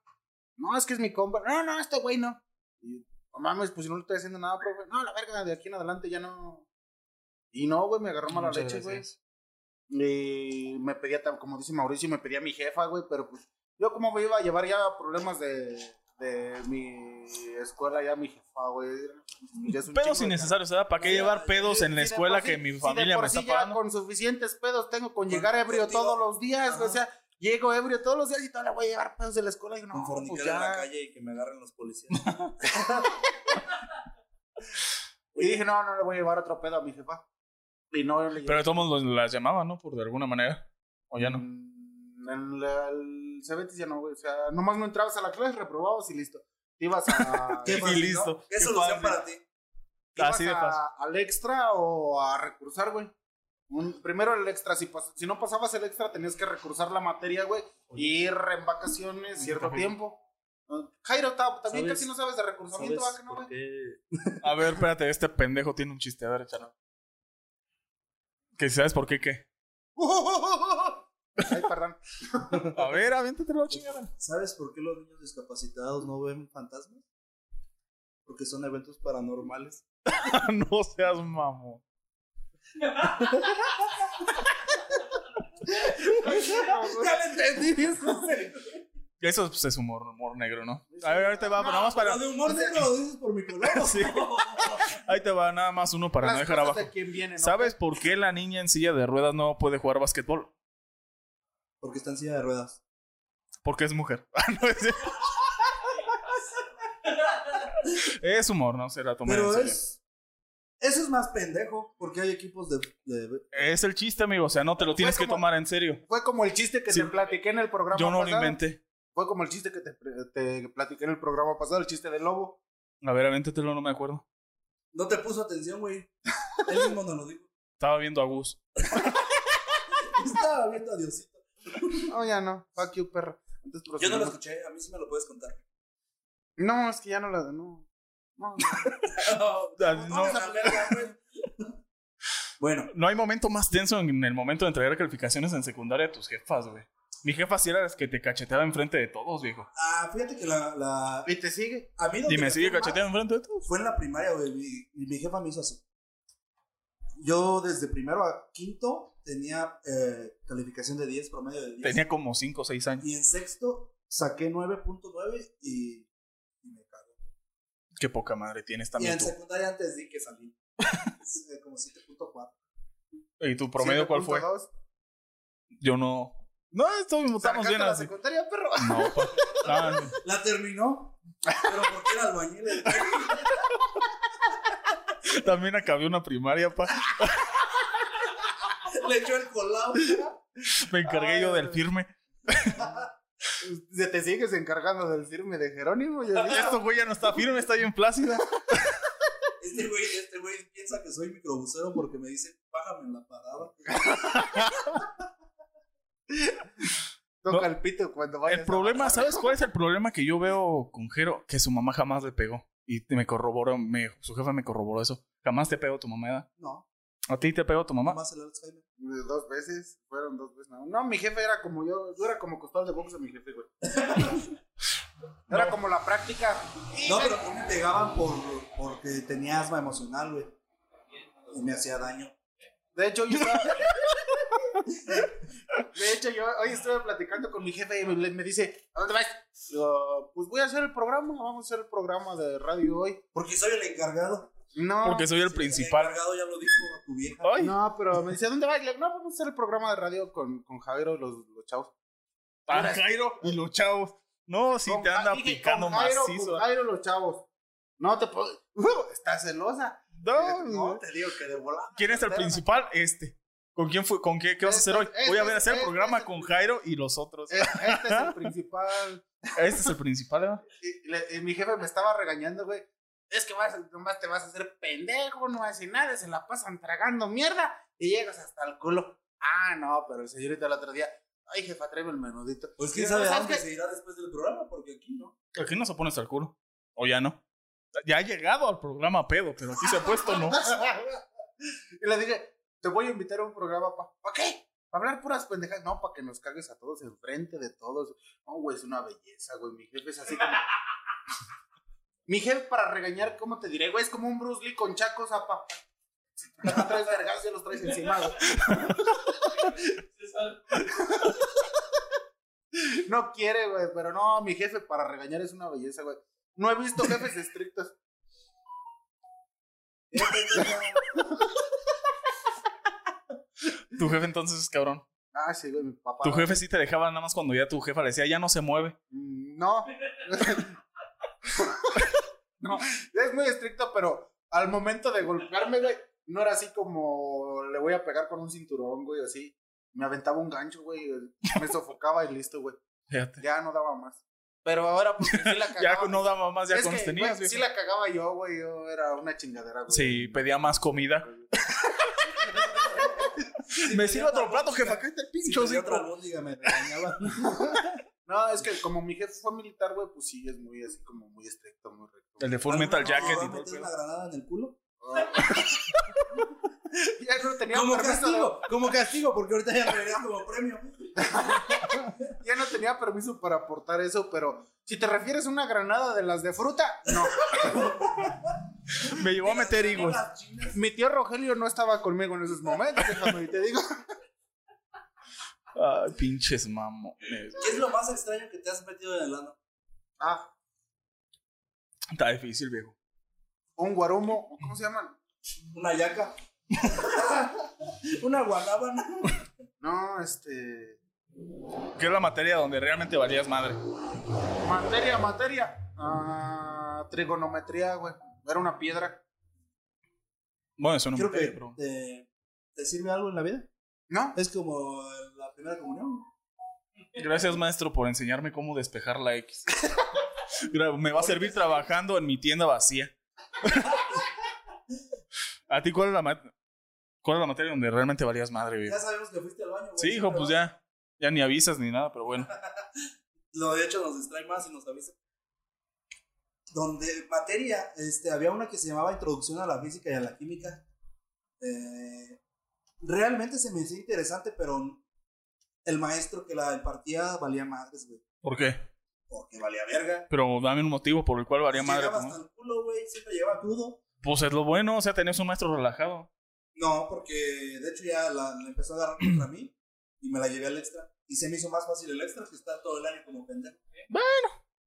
No, es que es mi compa. No, no, este güey no. Y No mames, pues si no le estoy haciendo nada, profe. No, la verga, de aquí en adelante ya no. Y no, güey, me agarró mala
Muchas
leche, güey.
gracias.
Y me pedía, tam- como dice Mauricio, me pedía mi jefa, güey, pero pues yo como me iba a llevar ya problemas de, de mi escuela, ya mi jefa, güey. ya es un chingo
Pedos
de-
innecesarios, ¿verdad? ¿Para qué
Sí,
llevar pedos
Sí,
en la
sí, de
escuela
por sí-
que mi
sí,
familia
de por
me
sí
está
ya
pagando?
Con suficientes pedos tengo con llegar
Con-
ebrio
contigo.
todos los días, güey,
Ajá.
o sea, llego ebrio todos los días y todavía voy a llevar pedos de la escuela y no,
Con
pues
fornicar en la
ya.
calle y que me agarren los policías.
Y dije, no, no le voy a llevar otro pedo a mi jefa. Y no le llevé.
Pero de todos modos los- las llamaban, ¿no? Por de alguna manera. O ya no.
Mm, En la- el Cebetis ya no, güey. O sea, nomás no entrabas a la clase, reprobabas y listo. Te ibas a.
Qué
te
fácil, ¿no?
listo,
¿Qué
qué
solución
fácil.
para ti?
ibas
Así de
a-
fácil.
al extra o a recursar, güey. Un- primero el extra, si, pas- si no pasabas el extra, tenías que recursar la materia, güey, y ir en vacaciones cierto tiempo. Ah, Jairo, ta- también
¿Sabes?
casi no sabes de recursamiento,
¿Sabes
vaca, ¿no,
por
güey?
qué?
A ver, espérate, este pendejo tiene un chiste. A ver, échalo. Que si sabes por qué, ¿qué?
Ay, perdón.
A ver, aviéntatelo, chingada.
¿Sabes por qué los niños discapacitados no ven fantasmas? Porque son eventos paranormales.
no seas mamón.
¡Ya lo entendí!
Eso pues, es humor, humor negro, ¿no? A ver, ahí te va, pero nada más para.
Lo Ah, de humor negro lo dices por mi color.
Sí. Ahí te va, nada más uno para
Las
no dejar
cosas
abajo.
de quien viene, ¿no?
¿Sabes por qué la niña en silla de ruedas no puede jugar básquetbol?
Porque está en silla de ruedas.
Porque es mujer. Ah, no, es cierto. Es humor, ¿no? Se la tomé en
Pero
serio. Es...
es. Eso es más pendejo. Porque hay equipos de. de-
el chiste, amigo. O sea, no te lo tienes que
como-
tomar en serio.
Fue como el chiste que
Sí.
te platiqué en el programa
Yo no lo
pasado.
inventé.
Fue como el chiste que te, te platiqué en el programa pasado, el chiste del lobo.
A ver, avéntatelo, no me acuerdo.
No te puso atención, güey. Él mismo nos lo dijo.
Estaba viendo a Gus.
Estaba viendo a Diosito.
No, ya no. Fuck you, perro. Entonces,
Pues
Yo no lo
prosigamos.
escuché. A mí sí me lo puedes contar.
No, es que ya no la. No. No,
No,
Vamos a la verga, güey. Bueno,
no hay momento más tenso en el momento de entregar calificaciones en secundaria a tus jefas, güey. Mi jefa sí era las que te cacheteaba enfrente de todos, viejo.
ah, fíjate que la. la
¿Y te sigue?
a mí donde
Y me sigue
fue mal-
cacheteando enfrente de todos.
Fue en la primaria, güey. Mi, mi- mi jefa me hizo así. Yo desde primero a quinto tenía eh, calificación de 10, promedio de 10.
Tenía como 5 o 6 años.
Y en sexto saqué 9.9 y, y me cagó.
Qué poca madre tienes
Y
también
en
tú.
secundaria antes di que salí. Es, eh, como 7.4.
¿Y tu promedio cuál fue?
7.2.
Yo no. No, esto- estamos
¿Sacaste
bien
la
así.
secundaria, perro?
No, pa- Ah, no.
La terminó, pero porque era albañil. el güey.
También acabé una primaria, pa.
Le echó el colado. Este
Me encargué yo del firme.
Se te sigues encargando del firme de Jerónimo. Y así.
Esto, güey, ya no está firme, está bien plácida.
Este güey, este güey piensa que soy microbusero porque me dice, bájame en la parada.
Toca el pito cuando vayas.
El
a
problema,
bajar.
¿sabes cuál es el problema que yo veo con Jero? Que su mamá jamás le pegó. Y te- me corroboró, me, su jefa me corroboró eso. Jamás te pegó tu mamá, ¿verdad?
No,
¿A ti te pegó tu mamá?
más el Alzheimer.
Dos veces. Fueron dos veces. No, no mi jefe era como yo. Yo era como costal de box a mi jefe, güey. Era como la práctica.
No, pero a mí me pegaban por, porque tenía asma emocional, güey. Y me hacía daño.
De hecho, yo estaba... De hecho, yo hoy estuve platicando con mi jefe y me, me dice, ¿a dónde vas? Le digo, pues voy a hacer el programa, vamos a hacer el programa de radio hoy.
Porque soy el encargado.
No,
Porque soy el
El
principal.
encargado ya lo dijo tu vieja.
Ay,
no, pero me dice, ¿a dónde vas? Le digo, no, vamos a hacer el programa de radio con, con Jairo y los, los chavos.
a Jairo y los chavos. No, si
Con
te
Ja-
anda
dije,
picando
con Jairo,
macizo.
Con Jairo y los chavos. No te puedo... estás celosa.
No,
No,
Te digo que de volada.
¿Quién es el principal? Este. ¿Con quién fue? ¿Con qué? ¿Qué vas a hacer hoy?
Este,
Voy a
este,
ver a hacer el
este,
programa
este.
con Jairo y los otros.
Es- Este es el principal...
Este es el principal, ¿verdad?
Y, le- y mi jefe me estaba regañando, güey. Es que vas, nomás te vas a hacer pendejo, no haces nada, se la pasan tragando mierda y llegas hasta el culo. Ah, no, pero el señorito el otro día, ay, jefa, tráeme el menudito.
Pues quién sabe a dónde se irá después del programa, porque aquí no.
Aquí no se pone hasta el culo. O ya no. Ya ha llegado al programa pedo, pero aquí se ha puesto, ¿no?
y le dije, te voy a invitar a un programa, pa. ¿Para qué? ¿Para hablar puras pendejas? No, para que nos cagues a todos enfrente de todos. No, güey, es una belleza, güey. Mi jefe es así como. Mi jefe para regañar, ¿cómo te diré, güey? Es como un Bruce Lee con chacos, apa. No traes vergas, ya los traes encima, güey. No quiere, güey, pero no, mi jefe para regañar es una belleza, güey. No he visto jefes estrictos.
Tu jefe entonces es cabrón.
Ah, sí, güey, mi papá.
Tu jefe sí te dejaba nada más cuando ya tu jefa le decía, ya no se mueve.
Mm, No. no, es muy estricto, pero al momento de golpearme, güey, no era así como le voy a pegar con un cinturón, güey, así. Me aventaba un gancho, güey, me sofocaba y listo, güey.
Fíjate.
Ya no daba más. Pero ahora, porque sí la
Ya
cagaba.
no daba más, ya
Es
con
que,
tenías,
güey,
viejo.
Sí la cagaba yo, güey, yo era una chingadera, güey.
Sí, pedía más comida. Me sirve otro plato, jefa, que te pincho,
Si tenía otra
cinco.
albóndiga, me regañaba.
No, es que como mi jefe fue militar, güey, pues sí, es muy así como muy estricto, muy recto.
El de Full Metal Jacket y todo el
¿Metes
pedo.
una granada en el culo?
Ya no tenía
Como
permiso de-
castigo, como castigo, porque ahorita ya me verían como premio.
Ya no tenía permiso para aportar eso, pero si te refieres a una granada de las de fruta, no.
Me llevó a meter higos.
Las chinas.
Mi tío Rogelio no estaba conmigo en esos momentos, déjame y te digo.
Ay, pinches mamones.
¿Qué es lo más extraño que te has metido en el ano?
Ah,
Está difícil, viejo.
un guarumo, ¿cómo se llaman?
¿Una yaca? ¿Una guanábana?
No, este.
¿Qué es la materia donde realmente valías madre?
Materia, materia. Ah, trigonometría, güey. Era una piedra.
Bueno, eso no me
Creo que
materia, pero.
te, te sirve algo en la vida.
¿No?
Es como la primera comunión.
Gracias, maestro, por enseñarme cómo despejar la X. Gra- Me va a servir trabajando en mi tienda vacía. ¿A ti cuál es la, ma- cuál es la materia donde realmente valías madre, viejo?
Ya sabemos que fuiste al baño. güey.
Sí, hijo,
Siempre
pues
vas.
ya. Ya ni avisas ni nada, pero bueno.
Lo de hecho nos distrae más y nos avisa. Donde materia, este, había una que se llamaba Introducción a la Física y a la Química. Eh, realmente se me hacía interesante, pero el maestro que la impartía valía madres, güey.
¿Por qué?
Porque valía verga.
Pero dame un motivo por el cual valía madre.
Llegaba
pues,
hasta
¿no?
el culo, güey. Siempre llegaba crudo.
Pues es lo bueno, o sea, tenías un maestro relajado.
No, porque de hecho ya la, la empezó a agarrar contra mí y me la llevé al extra. Y se me hizo más fácil el extra que está todo el año como pendejo.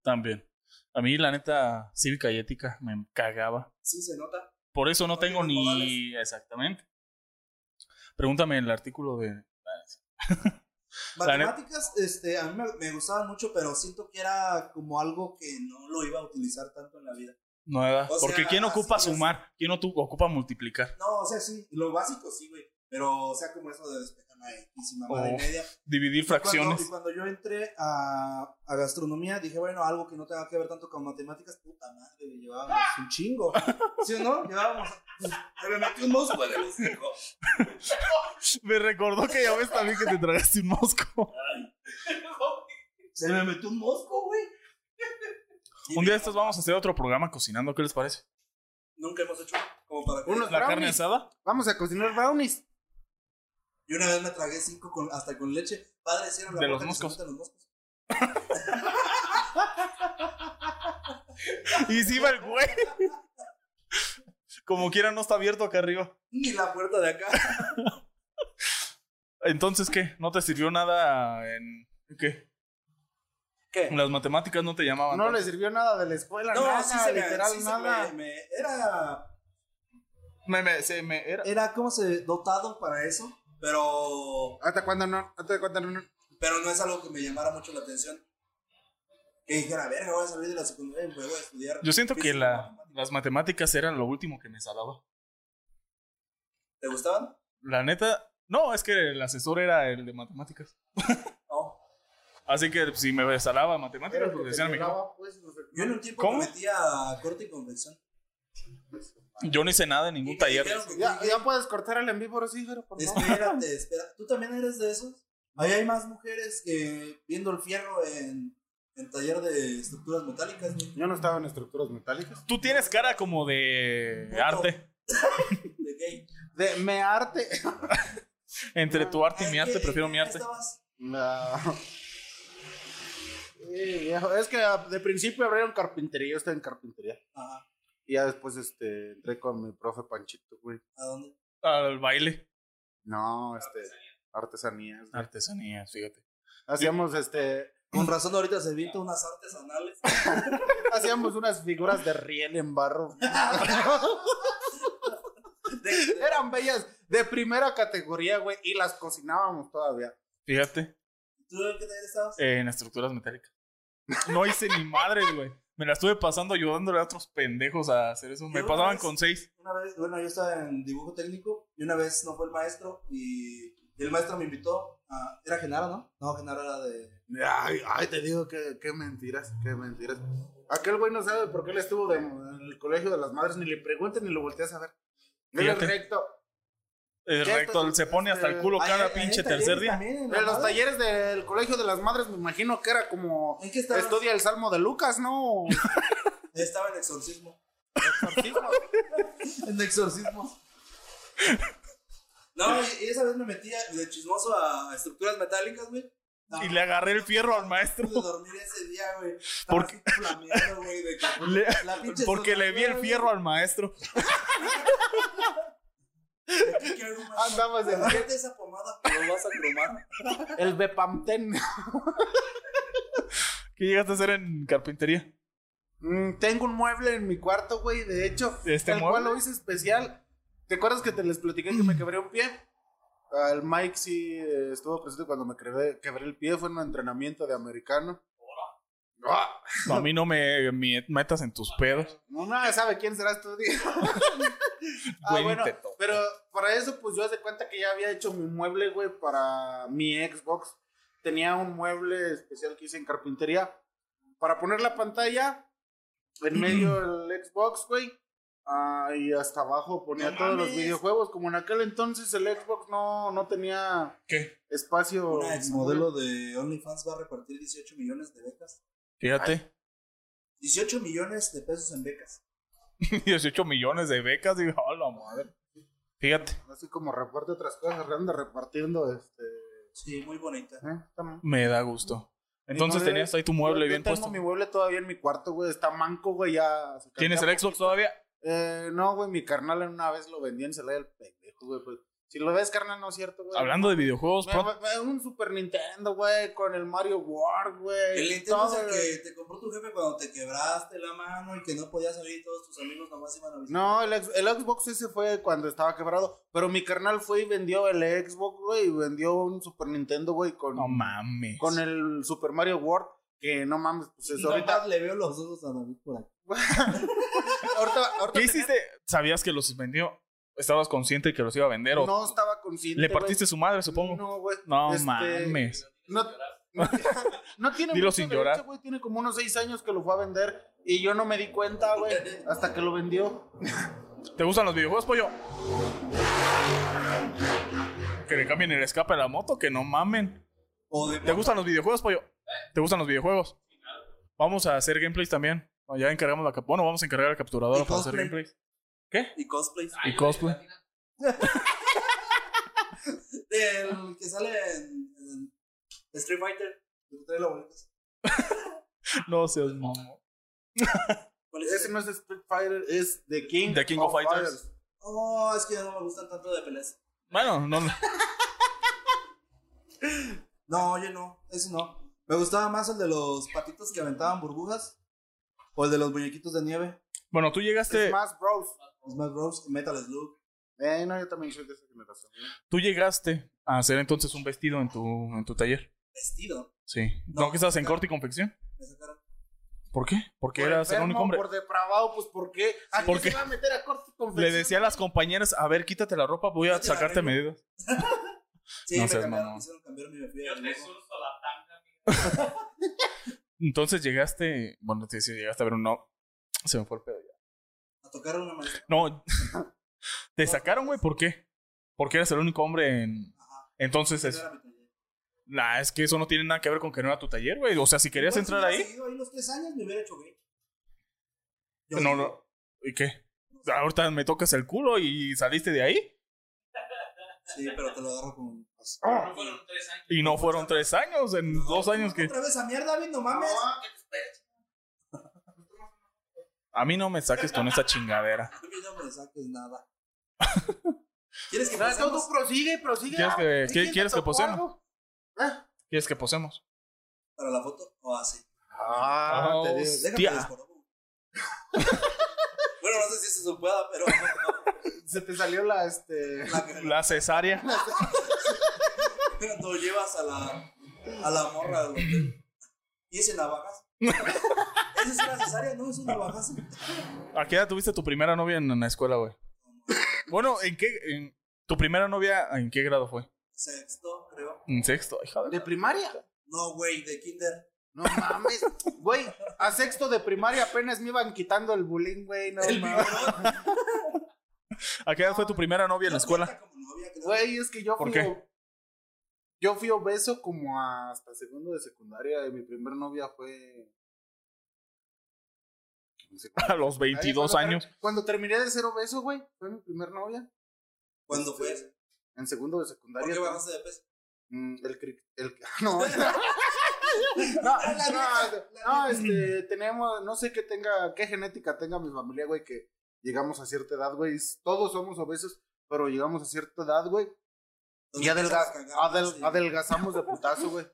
También. A mí, la neta, cívica y ética me cagaba.
Sí, se nota.
Por eso no
No
tengo
tienes
ni.
modales.
Exactamente. Pregúntame el artículo de. La neta-
Matemáticas, este, a mí me, me gustaban mucho, pero siento que era como algo que no lo iba a utilizar tanto en la vida.
No, ¿verdad?
O
Porque
sea,
¿quién ocupa
sí, o sea-
sumar? ¿Quién no tu- ocupa multiplicar?
No, o sea, sí, lo básico sí, güey. Pero, o sea, como eso de despejar la X y mamada
Oh,
y media.
Dividir fracciones.
Cuando, y cuando yo entré a, a gastronomía, dije, bueno, algo que no tenga que ver tanto con matemáticas, puta madre, güey, llevábamos
¡Ah!
un chingo. ¿Sí o no? Llevábamos. Me metí un mosco en el hocico.
Me recordó que ya ves también que te tragaste un mosco.
Se me metió un mosco, güey. Y
un día de
dije,
estos vamos a hacer otro programa cocinando. ¿Qué les parece?
Nunca hemos hecho como para que-
Unos
¿La carne
brownies.
asada?
Vamos a cocinar brownies.
Yo una vez me tragué cinco con, hasta con leche. Padre, cierra la
De
boca
los
que se
moscos.
meten los moscos.
Y sí va el güey. Como quiera, no está abierto acá arriba.
Ni la puerta de acá.
Entonces, ¿qué? ¿No te sirvió nada en. ¿Qué?
¿Qué?
Las matemáticas no te llamaban.
No
tanto.
le sirvió nada de la escuela, nada, literal,
sí se
nada.
me- me- era,
Me, me- se me era.
era como se dotado para eso, pero,
Hasta cuando no, hasta cuando no.
pero no es algo que me llamara mucho la atención. Que dijera, verga, voy a salir de la secundaria y me voy a estudiar.
Yo siento que
física,
la-
matemáticas".
las matemáticas eran lo último que me salaba.
¿Te gustaban?
La neta, no, es que el asesor era el de matemáticas.
No.
Así que pues, si me salaba matemáticas, pues decían a mi jefe.
Yo en un tiempo
¿Cómo?
me metía a corte y convención.
Yo no hice nada en ningún
Y me
taller.
dijeron que
Ya,
dije,
ya puedes cortar el en vivo, sí, pero por favor.
Espérate, espérate. ¿Tú también eres de esos? Ahí hay más mujeres que viendo el fierro en, en taller de estructuras metálicas. güey.
Yo no estaba en estructuras metálicas.
Tú tienes cara como de
Puto.
arte.
De gay.
De me arte.
Entre tu arte y
Ay,
mi arte,
¿qué-
prefiero
qué-
mi
qué
arte.
estabas?
No. viejo. Es que ah, de principio abrieron carpintería, yo estaba en carpintería.
Ajá.
Y ya después este, entré con mi profe Panchito, güey.
¿A dónde?
Al baile.
No, este, artesanías.
Ah.
güey.
Artesanías, fíjate.
Hacíamos este,
Con razón ahorita se vinta unas artesanales.
hacíamos unas figuras de riel en barro. Eran bellas de primera categoría, güey, y las cocinábamos todavía.
Fíjate.
¿Tú en qué taller estabas?
En estructuras metálicas. No hice ni madres, güey. Me la estuve pasando ayudándole a otros pendejos a hacer eso. Me
Yo
pasaban
una
con
vez-
seis.
Una vez, bueno, yo estaba en dibujo técnico y una vez no fue el maestro y el maestro me invitó a... ¿Era Genaro, no? No, Genaro era de...
Ay, ay, te digo que qué mentiras, qué mentiras. Aquel güey no sabe por qué él estuvo de- en el colegio de las madres, ni le pregunten ni lo volteas a ver. Él es
Fíjate.
recto.
El
Ya
Eh, recto
estás-
se pone hasta el culo
Ay,
cada
ay, ay,
pinche
hay talleres
tercer día.
también,
En los
¿no?
talleres del colegio de las madres me imagino que era como
¿En qué estabas?
estudia el salmo de Lucas, ¿no?
Estaba en exorcismo.
Exorcismo.
En exorcismo. No, y y esa vez me metía de chismoso a estructuras metálicas, güey. No,
Y le agarré el fierro al maestro.
pude dormir ese día, güey.
¿Por
Estaba así flameando, güey, de que-
Le-
La pinche
porque le vi el
soldadura,
fierro al maestro.
güey, ¿de qué quiero algo más?
Andamos en-
Fíjate esa pomada, lo vas a cromar.
El Bepamten.
¿Qué llegaste a hacer en carpintería?
Mm, tengo un mueble en mi cuarto, güey. De hecho,
¿Este
el
mueble?
cual lo hice especial. ¿Te acuerdas que te les platiqué que me quebré un pie? Ah, El Mike sí eh, estuvo presente cuando me quebré, quebré el pie. Fue en un entrenamiento de americano. Ah,
No, a mí no me, me metas en tus pedos.
No, no sabe quién será este día. ah,
Buen
bueno,
intento.
pero para eso, pues yo hace cuenta que ya había hecho mi mueble, güey, para mi Xbox. Tenía un mueble especial que hice en carpintería para poner la pantalla en medio del Xbox, güey. Ah, y hasta abajo ponía
No
todos los
mames.
videojuegos. Como en aquel entonces el Xbox no, no tenía
¿Qué?
espacio.
Una exmodelo de OnlyFans va a repartir 18 millones de becas.
Fíjate,
18 millones de pesos en becas.
18 millones de becas. Y, oh, la madre. Fíjate,
Así como reparte otras cosas, anda repartiendo este.
Sí, muy bonita.
¿eh? Está-
me da gusto. Entonces
mueble-
tenías ahí tu mueble
Yo- yo
bien
tengo
puesto.
mi mueble todavía en mi cuarto, güey. Está manco, güey. Ya. se
¿Tienes
cambió.
el Xbox todavía?
Eh, no, güey. Mi carnal en una vez lo vendió en Celaya el pendejo, güey. pues. Si lo ves, carnal, no es cierto, güey.
Hablando de videojuegos,
Me-
pronto.
me- me- un Super Nintendo, güey, con el Mario World, güey.
El Nintendo es
todo,
el
güey.
que te compró tu jefe cuando te quebraste la mano y que no podías salir y todos tus amigos nomás iban a visitar.
No, el, ex- el Xbox ese fue cuando estaba quebrado. Pero mi carnal fue y vendió el Xbox, güey. Y vendió un Super Nintendo, güey, con,
No mames.
con el Super Mario World. Que no mames, pues eso ahorita.
Ahorita le veo los ojos a David por aquí.
ahorita,
¿Qué
ahorita tenía-
hiciste? ¿Sabías que los vendió? ¿Estabas consciente que los iba a vender o
No estaba consciente.
le
güey.
partiste su madre, supongo?
No, güey.
No
Este,
mames.
No, no tiene
Dilo
mucho,
sin
de
llorar.
hecho, güey, tiene como unos seis años que lo fue a vender y yo no me di cuenta, güey, hasta que lo vendió.
¿Te gustan los videojuegos, pollo? Que le cambien el escape a la moto, que no mamen.
O de
¿Te gustan los videojuegos, pollo? ¿Te gustan los videojuegos? Vamos a hacer gameplays también. No, Ya encargamos la cap- Bueno, vamos a encargar la capturadora
Y
para hacer
cosplay.
gameplays.
y cosplays.
¿Y cosplay?
Del que sale en, en Street Fighter. El que trae la bolita.
No seas mamón.
¿Cuál es
Ese
ese?
no es Street Fighter, es The King.
The King of Fighters.
Oh, es que no me gustan tanto de peleas.
Bueno, no.
No, yo no, ese no. Me gustaba más el de los patitos que aventaban burbujas. O el de los muñequitos de nieve.
Bueno, tú llegaste.
Smash Bros.
Smash Bros. Metal Slug.
Eh, no, yo también soy de esa generación. ¿eh? güey.
Tú llegaste a hacer entonces un vestido en tu, en tu taller.
Vestido.
Sí.
No,
¿No que estás en
no.
corte y confección?
Me sacaron.
¿Por qué? Porque
Por
eras el
enfermo,
único hombre.
Por depravado, pues ¿por qué? ¿A
¿Por
qué
qué?
se va a meter a corte y
Le
confesión?
decía a las compañeras, a ver, quítate la ropa, voy a
Yo te la
sacarte
arreglo.
medidas.
Sí,
No
me
seas
cambiaron,
mamón.
quisieron cambiarme de fui a dibujo.
Entonces llegaste, bueno, te decía, llegaste a ver un no. Se me fue el pedo ya.
A tocar a una maestra.
No. Te sacaron, güey, ¿por qué? Porque eras el único hombre en.
Ajá.
Entonces,
Ese
es,
era mi taller.
nah, es que eso no tiene nada que ver con que no era tu taller, güey. O sea, si querías
Pues,
entrar
si hubiera
ahí,
seguido ahí los tres años me hubiera hecho gay. Yo
no,
digo,
no. ¿Y qué? Ahorita me tocas el culo y saliste de ahí.
Sí, pero te lo agarro con. pues,
No fueron tres años.
Y no fueron tres años, en Ah, dos años que...
Otra vez a mierda, David, no mames.
A mí no me saques con esa chingadera.
A mí no me saques nada. ¿Quieres
Ah,
que
No,
pasemos?
tú prosigue, prosigue.
¿Quieres que-
Ah,
qué- quieres que
tocó
posemos?
algo? Ah,
¿Quieres que posemos?
para la foto? O así.
Ah,
Oh,
te digo.
Déjame
Tía.
descorobo. bueno, no sé si eso se pueda, pero.
Se te salió la, este...
la-
La cesárea.
Cuando llevas a la, a la morra del hotel y ese navajas. Esa es una cesárea, no es un navajazo.
¿A qué edad tuviste tu primera novia en en la escuela, güey? Bueno, ¿en qué... en- ¿Tu primera novia en qué grado fue?
Sexto, creo.
En sexto, hija de...
¿De primaria?
No, güey, de kinder.
No mames, güey. A sexto de primaria apenas me iban quitando el bullying, güey. No
El
mames.
biberón.
¿A qué edad fue tu primera novia en la escuela?
Como novia, creo.
Güey, es que yo
¿Por
fui...
qué?
o- Yo fui obeso como hasta segundo de secundaria. Y mi primer novia fue... en secundaria.
A los 22
Cuando ter-
años.
Cuando terminé de ser obeso, güey, fue mi primer novia.
¿Cuándo fue?
En segundo de
¿Por
secundaria.
qué bajaste de peso?
Mm, el cri- el no, no, no, no, este, tenemos, no sé qué tenga, qué genética tenga mi familia, güey, que llegamos a cierta edad, güey, todos somos obesos, pero llegamos a cierta edad, güey, y adelga- adel- adelgazamos de putazo, güey.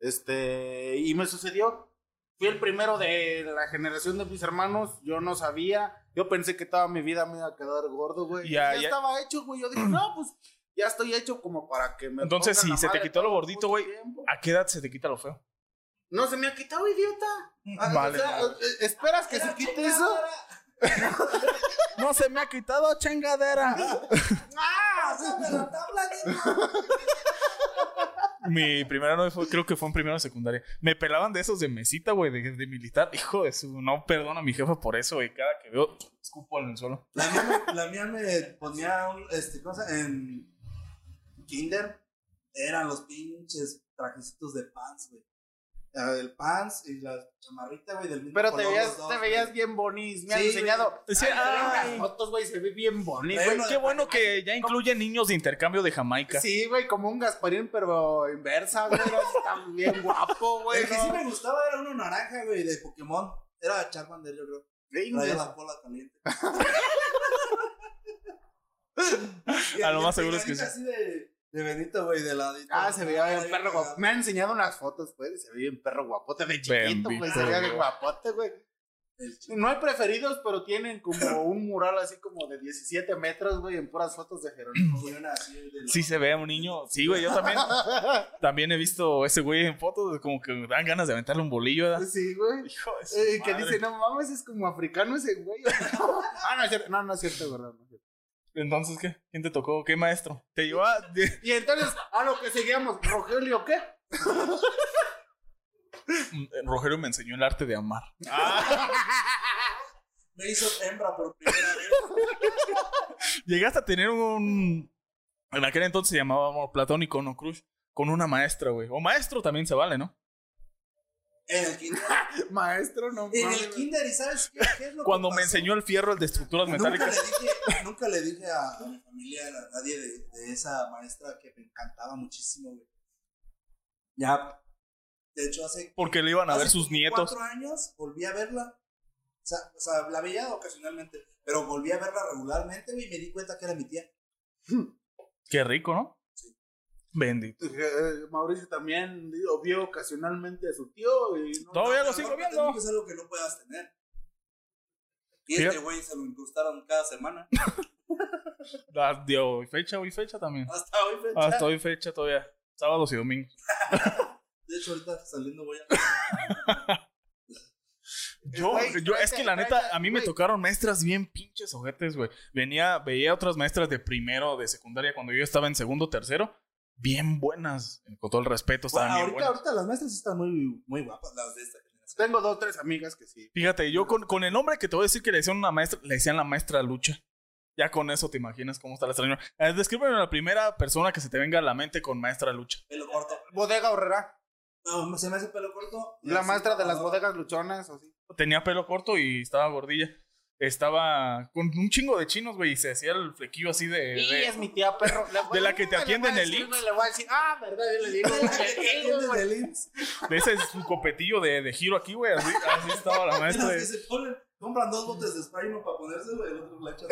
Este, y me sucedió. Fui el primero de la generación de mis hermanos. Yo no sabía. Yo pensé que toda mi vida me iba a quedar gordo, güey.
Ya,
Ya,
ya.
estaba hecho, güey. Yo dije, no, pues ya estoy hecho como para que me.
Entonces,
pongan
si
la
se te
madre
quitó lo
todo
gordito,
mucho
güey.
tiempo.
¿A qué edad se te quita lo feo?
No se me ha quitado, idiota. Ah, o
Vale.
sea, eh, ¿Esperas que se quite eso?
No se me ha quitado chingadera.
Ah,
¡Pásame la tabla, nena!
Mi primera novia fue, creo que fue en primero de secundaria. Me pelaban de esos de mesita, güey, de, de militar. Hijo de su, no perdona a mi jefa por eso, güey. Cada que veo, escupo en el suelo.
La mía, me- la mía me ponía un, este, cosa en Kinder. Eran los pinches trajecitos de pants, güey. Ah, El pants y la chamarrita, güey, del mismo
Pero te
color
veías,
los dos,
te
güey.
veías bien bonito. Me han
Sí,
enseñado.
Sí,
Ay,
ay.
las fotos, güey, se ve bien bonito.
Traía uno de
Qué bueno
Panamá.
que ya incluyen niños de intercambio de Jamaica.
Sí, güey, como un Gasparín, pero inversa, güey. Está bien guapo, güey.
El que sí
¿no?
me gustaba era uno naranja, güey, de Pokémon. Era Charmander, yo creo. Traía la cola caliente. Y
A lo
el
más seguro es que
pegadito
sí.
así de, de Benito, güey, de ladito.
Ah, se veía bien perro guapo.
cagado.
Me han enseñado unas fotos, güey. Se veía bien perro guapote de chiquito, güey.
Bendito
Se veía bien
Dios.
guapote, güey.
El chico.
No hay preferidos, pero tienen como un mural así como de 17 metros, güey, en puras fotos de Jerónimo.
Y una así de la-
Sí se ve a un niño. Sí, güey, yo también. También he visto ese güey en fotos, como que dan ganas de aventarle un bolillo. ¿verdad?
Sí, güey.
Hijo de su
Eh, que
madre.
dice, no mames, es como africano ese güey. ah, no es cierto, no, no es cierto, verdad. no es cierto.
Entonces, ¿qué? ¿Quién te tocó? ¿Qué maestro? Te llevó a...
Y entonces, a lo que seguíamos, Rogelio, ¿qué?
Rogelio me enseñó el arte de amar.
Me hizo hembra por primera vez.
Llegaste a tener un. En aquel entonces se llamaba amor platónico, no crush. Con una maestra, güey. O maestro también se vale, ¿no?
En el kinder.
Maestro, no
En
mames.
el kinder, ¿y sabes qué, qué es lo
Cuando
que
me
pasó?
enseñó el fierro, el de estructuras
Nunca le
metálicas.
dije, nunca le dije a, a mi familia, a nadie de, de esa maestra que me encantaba muchísimo, güey. Ya. De hecho, hace
Porque le iban a ver
Hace
sus
como
nietos.
cuatro años volví a verla. O sea, o sea, la veía ocasionalmente, pero volví a verla regularmente, güey, y me di cuenta que era mi tía.
Qué rico, ¿no? Bendito.
Eh, Mauricio también digo, vio ocasionalmente a su tío y no-
Todavía lo
Pero
sigo
no,
viendo.
Es algo que no puedas tener. Y
Fíjate.
este güey se lo incrustaron cada semana.
Ah, de hoy fecha, hoy fecha también.
Hasta hoy, Ah, fecha.
Hasta hoy fecha todavía. Sábados y domingos.
De hecho, ahorita saliendo voy a.
Yo,
Güey,
yo- es
tráete-
que la neta,
tráete-
a mí me
güey.
tocaron maestras bien pinches ojetes, güey. Venía, veía otras maestras de primero, de secundaria, cuando yo estaba en segundo, tercero. Bien buenas. Con todo el respeto, Pues, estaban
Bueno,
bien
ahorita,
buenas.
ahorita las maestras están muy, muy guapas, las de esta generación.
Tengo dos, tres amigas que sí.
Fíjate, yo con, con el nombre que te voy a decir que le decían una maestra, le decían la maestra lucha. Ya con eso te imaginas cómo está la señora. Eh, Descríbeme a la primera persona que se te venga a la mente con maestra lucha.
Pelo corto.
Bodega Horrera,
No, se me hace pelo corto.
la
Sí,
maestra de las
no.
bodegas luchonas, o así.
Tenía pelo corto y estaba gordilla. estaba con un chingo de chinos, güey, y se hacía el flequillo así de.
Y
de-
es mi tía perro. Le-
de la que te
le
atiende
voy a
en el
decir,
IMSS.
Le voy a decir, ah, verdad, yo le digo.
¿Entiendes
güey.
del IMSS?
de ese su copetillo de, de giro aquí, güey. Así, así estaba la
Y nos
maestra. de-
dice, "Ponen- compran dos botes de spray uno para ponerse, güey, el otro le echan.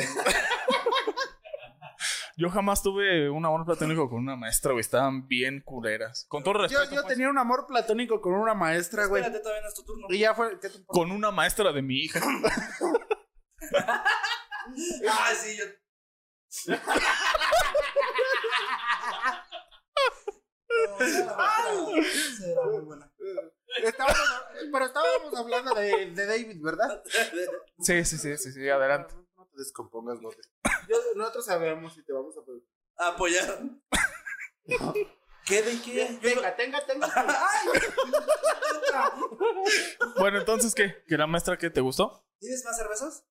Yo jamás tuve un amor platónico con una maestra, güey. Estaban bien culeras. Con todo respeto.
Yo, yo
pues,
tenía un amor platónico con una maestra, güey.
Espérate, todavía no es tu turno.
Y ya fue. ¿qué te-
Con una maestra de mi hija.
Ah, sí, yo. No, la maestra, esa era muy buena.
Estábamos, pero estábamos hablando de, de David, ¿verdad?
Sí, sí, sí, sí, sí, adelante.
No, no te descompongas, no te- Yo, nosotros sabemos si te vamos a poder.
Apoyar. ¿Qué de qué?
Venga, tenga, tenga.
¡Ay! puta!
Bueno, entonces, ¿qué? ¿Que la maestra que te gustó?
¿Tienes más cervezas?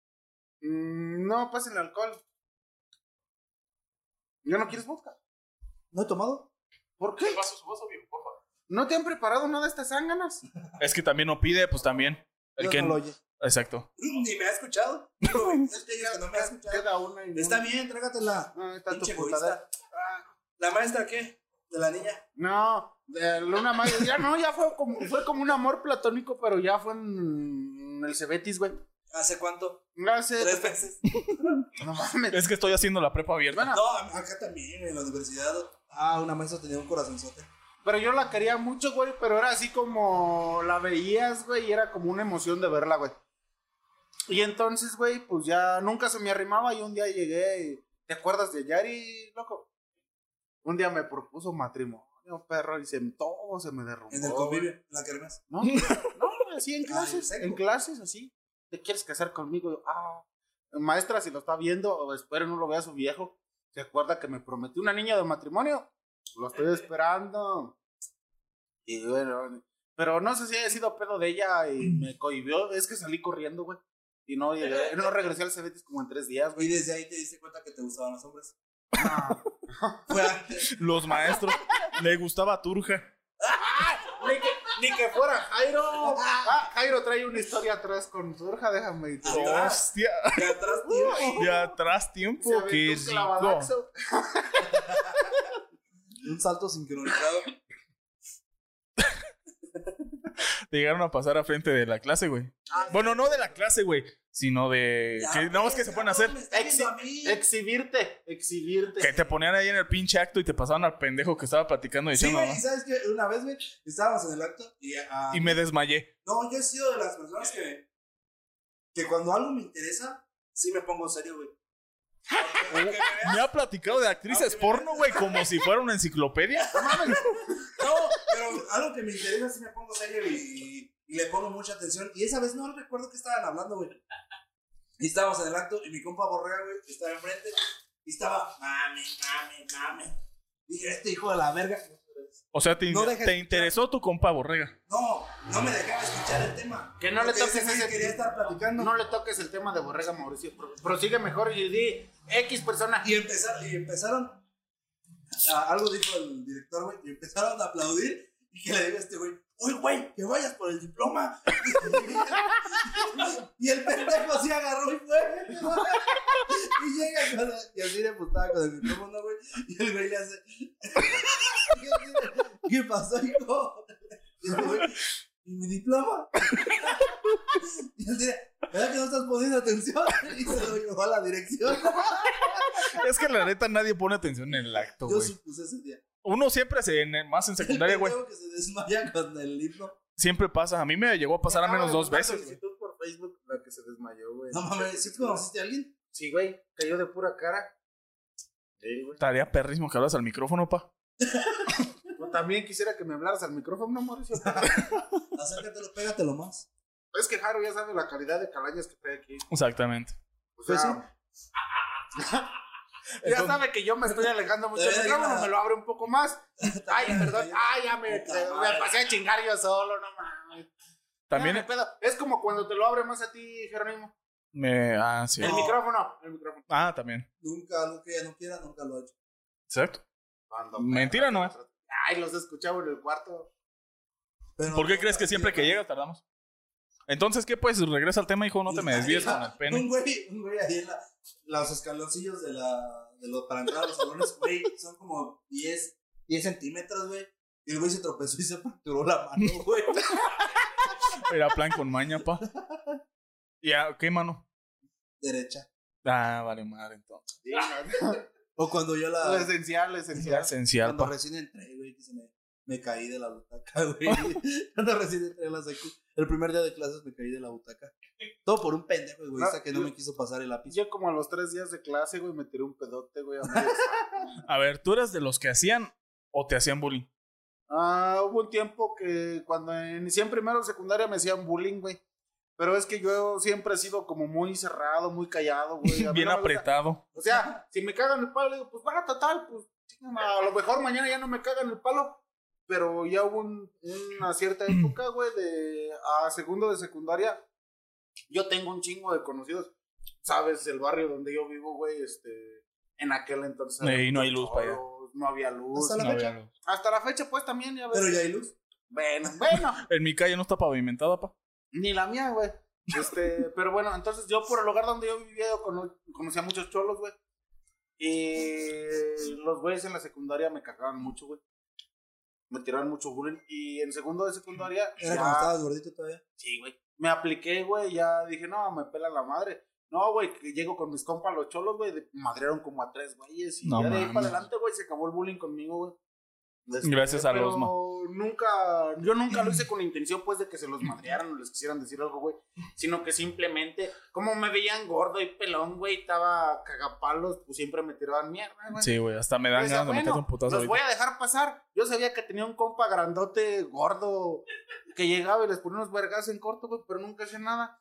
Mm, no, pasen alcohol.
pues ¿Ya no quieres vodka?
¿No he tomado?
¿Por qué?
Paso su vaso, viejo, por favor.
¿No te han preparado nada estas zánganas?
Es que también no pide, pues también. El
Dios
que
no lo oye.
Exacto.
Mm, Ni me ha escuchado. Digo, güey, es que ellos que no me ha escuchado.
Queda una y
Está bien, trágatela.
No, está tu
Pinche
putada.
egoísta. ¿La maestra qué? De la niña.
No, de Luna Maya. Ya no, ya fue como, fue como un amor platónico, pero ya fue en el Cebetis, güey.
¿Hace cuánto?
Hace.
Tres veces.
No mames.
Es que estoy haciendo la prepa abierta.
Bueno,
No, acá también, en la universidad. Ah, una maestra tenía un corazonzote.
pero yo la quería mucho, güey. Pero era así como la veías, güey. Y era como una emoción de verla, güey. Y entonces, güey, pues ya nunca se me arrimaba. Y un día llegué. y, ¿Te acuerdas de Yari, loco? Un día me propuso matrimonio, perro. Y se, todo se me derrumbó.
Oh.
En el
güey.
convivio, en la kermés.
No, no, así
Ah, en
en clases,
seco.
en clases, así. ¿Te quieres casar conmigo? Yo, ah, maestra, si lo está viendo, o espero no lo vea su viejo. ¿Se acuerda que me prometió una niña de matrimonio? Lo estoy esperando. Y bueno, pero no sé si haya sido pedo de ella y me cohibió. Es que salí corriendo, güey. Y no, llegué- no regresé al Cebetis como en tres días,
Y
güey.
desde ahí te diste cuenta que te gustaban los hombres.
No.
Fue antes.
Los maestros. Le gustaba Turja.
ni, que, ni que fuera Jairo. Ah, Jairo trae una historia atrás con Surja, déjame.
Ah,
Hostia.
Y atrás, tío.
De atrás
Se
tiempo.
aventó
Qué
un
rico.
clavadaxo.
Un salto sincronizado.
Te llegaron a pasar a frente de la clase, güey. Ah, Bueno, no de la clase, güey. Sino de.
Ya,
Que, no, es que
pues,
se pueden
cabrón,
hacer.
me está viendo a mí.
Exhibirte, exhibirte.
Que te ponían ahí en el pinche acto y te pasaban al pendejo que estaba platicando y
Sí,
diciendo.
güey,
"Ah".
y sabes que una vez, güey, estábamos en el acto y, ah,
y me desmayé.
No, yo he sido de las personas que. que cuando algo me interesa, sí me pongo serio, güey. Aunque me veas-
Me ha platicado de actrices
No, que me-
porno, güey, como si fuera una enciclopedia.
No, pero algo que me interesa sí me pongo serio y, y le pongo mucha atención. Y esa vez no recuerdo que estaban hablando, güey. Y estábamos en el acto y mi compa Borrega, güey, estaba enfrente y estaba, mame, mame, mame. Dije, este hijo de la verga.
O sea, te,
No
te
dejes-
interesó tu compa borrega.
No, no me dejaba escuchar el tema.
Que no le
Porque ese
toques
güey
ese-
quería estar platicando.
No le toques el tema de Borrega Mauricio. Pro- Prosigue mejor y di X persona.
Y, empezar- y empezaron, a- algo dijo el director, güey, y empezaron a aplaudir. Y que le digo a este güey, uy, güey, que vayas por el diploma. y el pendejo se agarró y fue. y llega con la- y así le puntaba con el diploma, ¿no, güey. Y el güey le hace, y así de, ¿qué pasó, hijo? Y el güey, ¿y mi diploma? y él dice, ¿verdad que no estás poniendo atención? Y se lo llevó a la dirección.
Es que la neta nadie pone atención en el acto,
Yo
güey.
supuse ese día.
Uno siempre se. en- Más en secundaria, güey.
Tengo que se desmaya con el himno.
Siempre pasa. A mí me llegó a pasar al menos dos
Acaba de
veces,
mandar
güey.
solicitud por Facebook la que se desmayó, güey.
No mames, ¿sí conociste a alguien?
Sí, güey, cayó de pura cara. Sí, güey.
Tarea perrísimo que hablas al micrófono, pa.
Yo también quisiera que me hablaras al micrófono, Mauricio.
Acércatelo, pégatelo más.
es que Jaro ya sabe la calidad de calañas que trae aquí.
Exactamente.
O sea,
Pues sí.
ya sabe que yo me estoy alejando mucho del
Debería ir
micrófono,
a-
me lo abre un poco más. Ay, perdón.
debería-
Ay, ya me,
Puta
me
madre.
pasé a chingar yo solo, no mames.
También
Ah,
Ya, ni pedo. Es como cuando te lo abre más a ti, Jerónimo.
me. Ah, sí.
El
No.
micrófono, el micrófono.
Ah, también.
Nunca, lo que ella no quiera, nunca lo ha hecho.
Exacto.
Cuando-
Mentira no es.
Ay, los escuchaba en el cuarto.
Pero
¿Por qué crees que siempre que llega tardamos? Entonces, ¿qué pues? Regresa al tema, hijo, no te me desvíes con el
Un
pene.
güey, un güey ahí en la- los escaloncillos de la, de los, para entrar a los salones, güey, son como 10, 10 centímetros, güey. Y el güey se tropezó y se fracturó la mano, güey.
Era plan con maña, pa. Ya, ¿qué mano?
Derecha.
Ah, vale, madre, entonces.
Sí, no, no.
O cuando yo
Lo
Pues
la.
esencial, lo
Era
esencial.
esencial,
Cuando
pa.
recién entré, güey, que se me, me caí de la butaca, güey. cuando recién entré a la secu. El primer día de clases me caí de la butaca. Todo por un pendejo, güey,
No,
que no
yo-
me quiso pasar el lápiz.
Yo como a los tres días de clase, güey, me tiré un pedote, güey. a medias.
A ver, ¿tú eras de los que hacían o te hacían bullying?
Ah, hubo un tiempo que cuando inicié en primero de secundaria me hacían bullying, güey. Pero es que yo siempre he sido como muy cerrado, muy callado, güey. A
Bien
mí no me gusta-
apretado.
O sea, si me cagan el palo, digo, pues va, total, pues chinga, a lo mejor mañana ya no me cagan el palo. Pero ya hubo un- una cierta época, güey, de a segundo de secundaria. Yo tengo un chingo de conocidos. Sabes, el barrio donde yo vivo, güey, este, en aquel entonces.
Ey, no hay luz para allá.
choros, No había luz.
Hasta la
No
fecha.
había luz.
Hasta la fecha, pues también, ya ves.
Pero ya hay luz.
Bueno, bueno.
En mi calle no está pavimentada, pa.
Ni la mía, güey. Este, pero bueno, entonces yo por el lugar donde yo vivía, yo cono- conocía muchos cholos, güey. Y los güeyes en la secundaria me cagaban mucho, güey. Me tiraban mucho bullying. Y en segundo de secundaria,
Era
ya-
cuando estabas gordito todavía.
sí, güey. Me apliqué, güey. Ya dije, no, me pela la madre. No, güey, que llego con mis compas los cholos, güey. de- Madrearon como a tres güeyes. Y
No
ya de ahí para
mames.
adelante, güey, se acabó el bullying conmigo, güey. Este,
Gracias al
pero
Osma.
Nunca, yo nunca lo hice con la intención, pues, de que se los madrearan o les quisieran decir algo, güey. Sino que simplemente, como me veían gordo y pelón, güey, estaba cagapalos, pues siempre me tiraban mierda, güey.
Sí, güey, hasta me dan
Yo decía,
ganas de meter
Pues, "Bueno,
un putazo
los voy
ahorita.
a dejar pasar. Yo sabía que tenía un compa grandote, gordo, que llegaba y les ponía unos vergas en corto, güey, pero nunca hacía nada.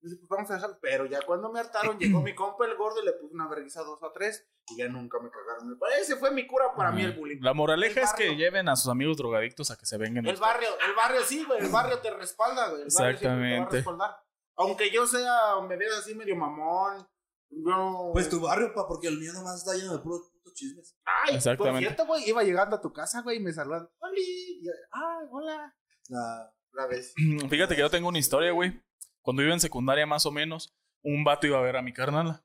Dice, pues vamos a dejar. Pero ya cuando me hartaron, llegó mi compa el gordo y le puse una vergüenza dos a tres y ya nunca me cagaron. Ese fue mi cura para mí el bullying.
La moraleja
El
es que
barrio.
lleven a sus amigos drogadictos a que se vengan.
El barrio, el barrio sí, güey. El barrio te respalda, güey. El barrio siempre te va a
Exactamente.
respaldar. Aunque yo sea, me veas así medio mamón. Yo.
Pues tu barrio, pa, porque el mío nomás está lleno de puros putos chismes.
Ay,
Exactamente.
Por cierto, güey, iba llegando a tu casa, güey, y me saludan. ¡Holi! Y yo, ¡Ay, hola!
La-
La vez.
Fíjate que yo tengo una historia, güey. Cuando iba en secundaria, más o menos, un vato iba a ver a mi carnala.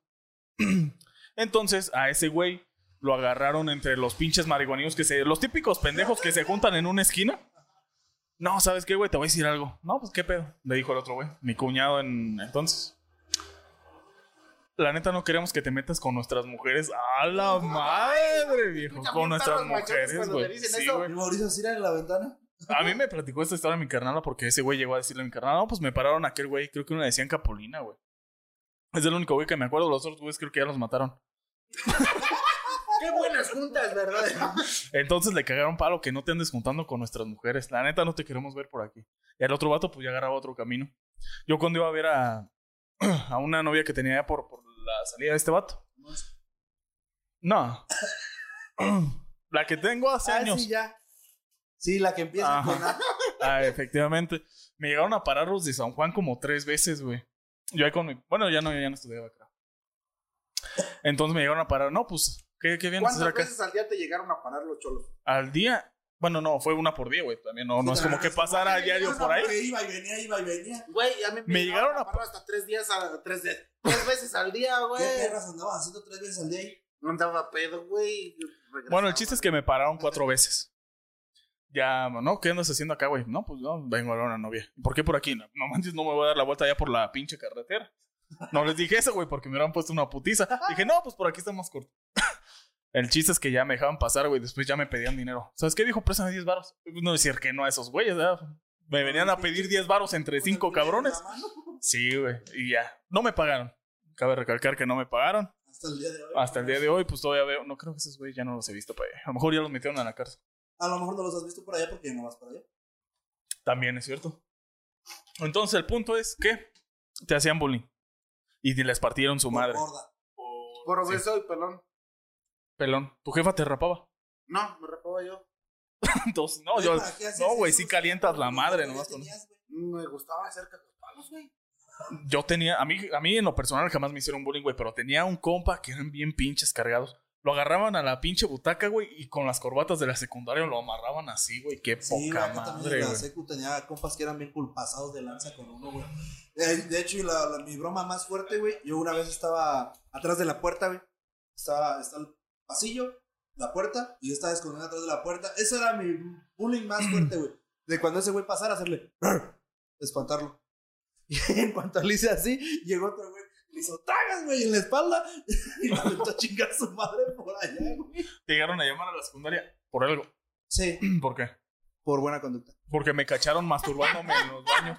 Entonces, a ese güey lo agarraron entre los pinches marihuanidos que se. Los típicos pendejos que se juntan en una esquina. No, ¿sabes qué, güey? Te voy a decir algo. No, pues qué pedo. Le dijo el otro güey, mi cuñado en entonces. La neta, no queremos que te metas con nuestras mujeres. ¡A la madre, viejo!
Escucha,
Con
bien
nuestras
perros machotes
mujeres,
cuando te
güey.
dicen
Sí,
eso.
güey.
¿Y Mauricio Cira en la ventana?
A mí me platicó esta historia mi carnala porque ese güey llegó a decirle a mi carnala, no, pues me pararon a aquel güey, creo que uno le decían Capulina, güey. Es el único güey que me acuerdo, los otros güeyes creo que ya los mataron.
¡Qué buenas juntas, verdad!
Entonces le cagaron palo que no te andes juntando con nuestras mujeres. La neta no te queremos ver por aquí. Y el otro vato pues ya agarraba otro camino. Yo cuando iba a ver a, a una novia que tenía allá por, por la salida de este vato. No. La que tengo hace
Ah,
años.
sí, ya. Sí, la que empieza
Ajá.
con A.
Ah, efectivamente. Me llegaron a parar los de San Juan como tres veces, güey. Yo ahí con mi... Bueno, ya no, ya no estudiaba acá. Entonces me llegaron a parar. No, pues, ¿qué, qué vienes a hacer
¿Cuántas
acá?
veces al día te llegaron a parar los cholos?
Al día... Bueno, no, fue una por día, güey. También no, no es como que pasara a diario por ahí.
Que iba y venía, iba y venía.
Güey, a mí
Me llegaron a
parar hasta tres días, a, tres, de- tres veces al día,
¿Qué
güey.
perras andabas haciendo tres veces al día ahí?
No andaba pedo, güey.
Bueno, el chiste es que me pararon cuatro veces. Ya, no, ¿qué andas haciendo acá, güey? No, pues no, vengo a ver a una novia. ¿Por qué por aquí? No, no manches, no me voy a dar la vuelta ya por la pinche carretera. No les dije eso, güey, porque me hubieran puesto una putiza. Dije, no, pues por aquí está más corto. El chiste es que ya me dejaban pasar, güey. Después ya me pedían dinero. ¿Sabes qué, viejo? Préstame 10 varos. No decir que no a esos güeyes, ¿verdad? Me venían a pedir 10 varos entre cinco cabrones. Sí, güey. Y ya. No me pagaron. Cabe recalcar que no me pagaron.
Hasta el día de hoy.
Hasta el día de hoy, pues todavía veo. No creo que esos güeyes ya no los he visto para allá. A lo mejor ya los metieron a la cárcel.
A lo mejor no los has visto por allá porque no vas para allá.
También es cierto. Entonces, el punto es que te hacían bullying. Y te- les partieron su
Por
madre.
gorda.
Por obeso y pelón.
Pelón. Tu jefa te rapaba.
No, me repaba yo.
Entonces, no, yo.
¿Para qué haces
No, güey,
eso?
sí calientas la madre
Ya
nomás con-
tenías, güey.
Me gustaba hacer cagapalos, güey.
Yo tenía. A mí, a mí en lo personal jamás me hicieron bullying, güey. Pero tenía un compa que eran bien pinches cargados. Lo agarraban a la pinche butaca, güey, y con las corbatas de la secundaria lo amarraban así, güey. Qué
Sí,
poca
güey, yo también
madre,
en la
güey.
secu tenía compas que eran bien culpasados de lanza con uno, güey. Eh, De hecho, y la, la- mi broma más fuerte, güey, yo una vez estaba atrás de la puerta, güey. Estaba, está el pasillo, la puerta, y yo estaba escondido atrás de la puerta. Ese era mi bullying más fuerte, güey. De cuando ese güey pasara, hacerle... "Arr", Espantarlo. Y en cuanto le hice así, llegó otro güey. Le hizo tragas, güey, en la espalda. Y le aventó a chingar a su madre por allá, güey.
Te llegaron a llamar a la secundaria por algo.
Sí,
¿Por qué?
por buena conducta.
Porque me cacharon masturbándome en los baños.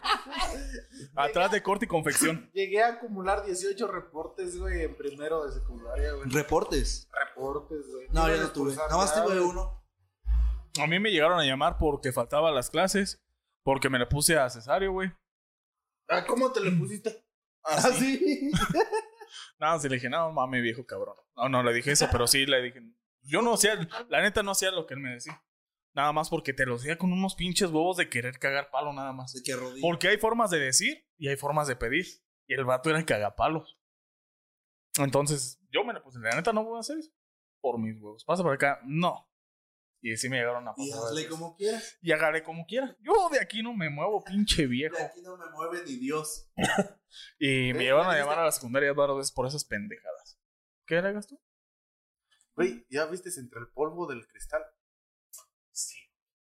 Atrás de corte y confección.
Llegué a acumular 18 reportes, güey, en primero de secundaria, güey.
Reportes.
Reportes, güey.
No, yo
Iban a
no tuve.
expulsar
Nada más
ya,
tuve
güey.
uno.
A mí me llegaron a llamar porque faltaba a las clases. Porque me le puse a cesario, güey.
Ah, ¿cómo te le pusiste?
¿Ah, sí?
Nada, sí le dije, no, mami, viejo cabrón. No, no le dije eso, pero sí le dije, yo no hacía, la neta no hacía lo que él me decía. Nada más porque te lo hacía con unos pinches bobos de querer cagar palo, nada más.
Así que rodilla.
Porque hay formas de decir y hay formas de pedir. Y el vato era el cagapalos. Entonces, yo me la puse, la neta no voy a hacer eso. Por mis huevos. Pasa por acá, no. Y sí me llegaron a pasar.
Y hazle
varias veces.
como quieras.
Y agarré como quiera. Yo de aquí no me muevo, pinche viejo.
De aquí no me mueve ni Dios.
Y me
Eh,
llevaron a
¿dijiste?
llamar a la secundaria varias veces por esas pendejadas. ¿Qué le hagas tú?
Güey, ya viste entre el polvo del cristal.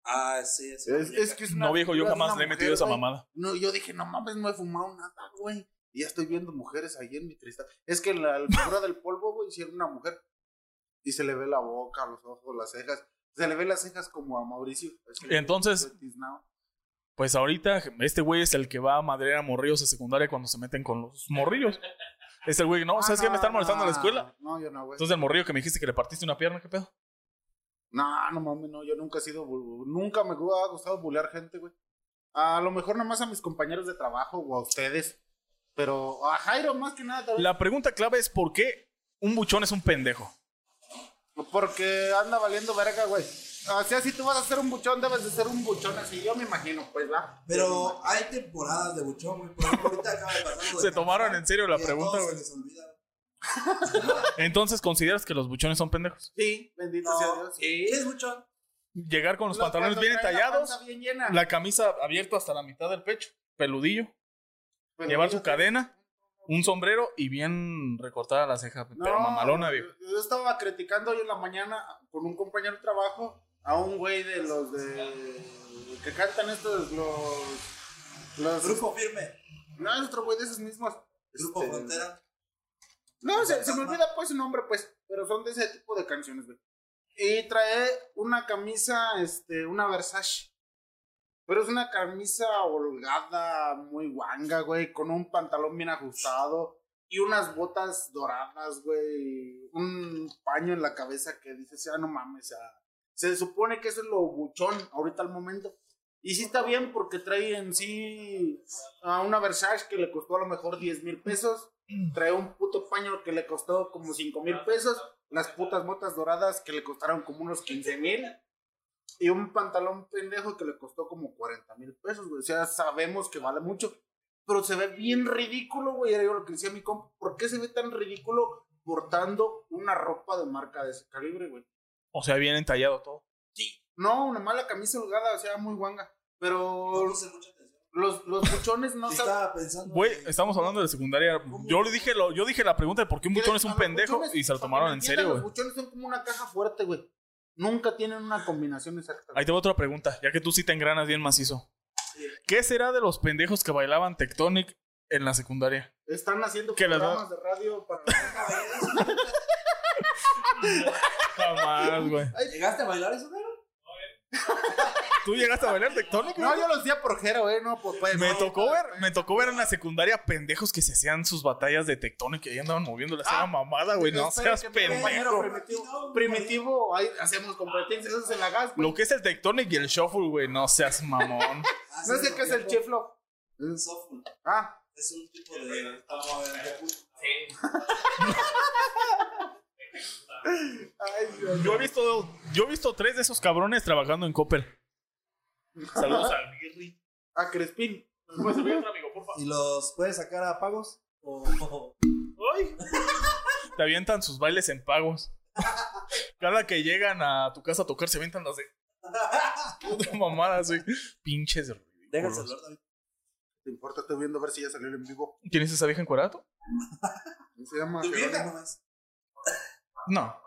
Ah, sí,
Es,
es.
es que es una
No, viejo, yo
figura de
jamás
una
le he metido
mujer,
esa
güey.
mamada.
No, yo dije, no mames, no he fumado nada, güey. Y ya estoy viendo mujeres ahí en mi cristal. Es que la la figura del polvo, güey, si era una mujer. Y se le ve la boca, los ojos, las cejas. Se le ve las cejas como a Mauricio. Así,
Entonces-
todo tiznado.
Pues ahorita, este güey es el que va a madrear a morrillos a secundaria cuando se meten con los morrillos. Es el güey, no, ¿sabes
Ah,
qué? Me están molestando en la
no,
escuela.
No, yo no, güey.
Entonces el morrillo que me dijiste que le partiste una pierna, ¿qué pedo?
No, no mames, no, yo nunca he sido bul- nunca me ha gustado bullear gente, güey. A lo mejor nomás a mis compañeros de trabajo o a ustedes. Pero a Jairo más que nada, tal vez,
La pregunta clave es ¿por qué un buchón es un pendejo?
porque anda valiendo verga, güey. Así así tú vas a ser un buchón, debes de ser un buchón así, yo me imagino, pues, ¿va?
Pero hay temporadas de buchón, güey. Por ejemplo, ahorita acaba de pasar. lo de
Se tomaron en serio la
Y a
pregunta,
todos
güey.
se les olvida.
Entonces, ¿consideras que los buchones son pendejos?
Sí, bendito
No,
sea Dios.
¿Qué es buchón?
Llegar con los
Lo-
pantalones
cuando
bien
trae la
tallados,
panza bien llena.
la camisa abierta hasta la mitad del pecho, peludillo,
Pero
llevar
yo-
su cadena, un sombrero y bien recortada la ceja,
No,
pero mamalona, viejo.
Yo yo estaba criticando hoy en la mañana con un compañero de trabajo a un güey de los de. que cantan estos, los. los
Grupo firme.
No, es otro güey de esos mismos.
Grupo
Este,
frontera.
No, se, se me olvida pues su nombre, pues. Pero son de ese tipo de canciones, güey. Y trae una camisa, este, una Versace. Pero es una camisa holgada, muy guanga, güey. Con un pantalón bien ajustado. Y unas botas doradas, güey. Un paño en la cabeza que dice, ah, no mames, ah. Se supone que eso es lo buchón ahorita al momento. Y sí está bien porque trae en sí a una Versace que le costó a lo mejor 10 mil pesos trae un puto paño que le costó como 5 mil pesos, las putas botas doradas que le costaron como unos 15 mil y un pantalón pendejo que le costó como 40 mil pesos, güey. O sea, sabemos que vale mucho, pero se ve bien ridículo, güey. Era yo lo que decía mi compa, ¿por qué se ve tan ridículo portando una ropa de marca de ese calibre, güey?
O sea, bien entallado todo.
No, una mala camisa holgada, o sea, muy guanga, pero
No puse mucha atención.
los, los buchones no saben...
Estaba pensando.
Güey,
en-
estamos hablando de secundaria. Yo le dije, lo- yo dije la pregunta de por qué un buchón es
A
un
los
pendejo
buchones,
y se lo
para
tomaron
que
en
entiendan,
serio,
Los
güey.
buchones son como una caja fuerte, güey. Nunca tienen una combinación exacta.
Ahí te va otra pregunta, ya que tú sí te engranas bien macizo. ¿Qué será de los pendejos que bailaban Tectonic en la secundaria?
Están haciendo
Que las
programas de radio para.
Jamás, güey.
¿Llegaste a bailar eso, güey?
¿Tú llegaste a bailar Tectonic?
no, yo los hacía por jero, eh. No, pues. pues,
Me
no,
tocó
pues,
ver, me tocó ver en la secundaria pendejos que se hacían sus batallas de Tectonic que ahí andaban moviéndolas. Era mamada, güey. No
espera
seas
Ah, que me compañero
pendejo.
primitivo. Primitivo, ahí hacemos competencias eso es en la gas. güey.
Lo que es el Tectonic y el Shuffle, güey. No seas mamón.
Ah,
No sé qué es el chiflo.
Un softball.
Ah,
Es un tipo de. Estamos a ver, de-
ay, Dios.
Yo he visto, yo he visto tres de esos cabrones trabajando en Coppel. Saludos al Birri.
A Crespín.
¿Puedes servir otro amigo, porfa?
¿Y los puedes sacar a pagos? O.
Te avientan sus bailes en pagos. Cada que llegan a tu casa a tocar, se aventan las de. Puta mamada, güey. Pinches. ridículos.
Deja el celular David.
¿Te importa? Estoy viendo a ver si ya salió el en vivo.
¿Tienes esa vieja en cuarato?
¿Cómo se llama?
Tu vieja
Jerónimo.
nomás.
No.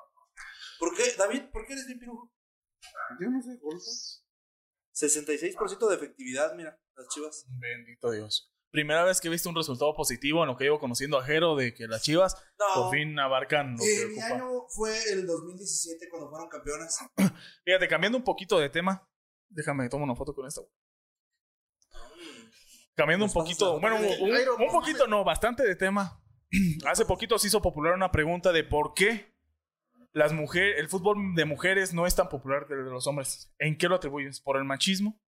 ¿Por qué, David? ¿Por qué eres bien pirujo?
Yo no sé, golfo.
66% de efectividad, mira, las chivas.
Bendito Dios. Primera vez que he visto un resultado positivo en lo que llevo conociendo a Jero de que las chivas
No.
por fin abarcan lo que
Eh, mi
ocupan.
año fue el 2017 cuando fueron campeonas.
Fíjate, cambiando un poquito de tema. Déjame, tomo una foto con esta. güey. Cambiando un
Nos pasas la
poquito,
foto.
bueno, un,
Jairo,
un poquito no, bastante de tema. Hace poquito se hizo popular una pregunta de por qué las mujeres, el fútbol de mujeres no es tan popular que el de los hombres. ¿En qué lo atribuyes? ¿Por el machismo?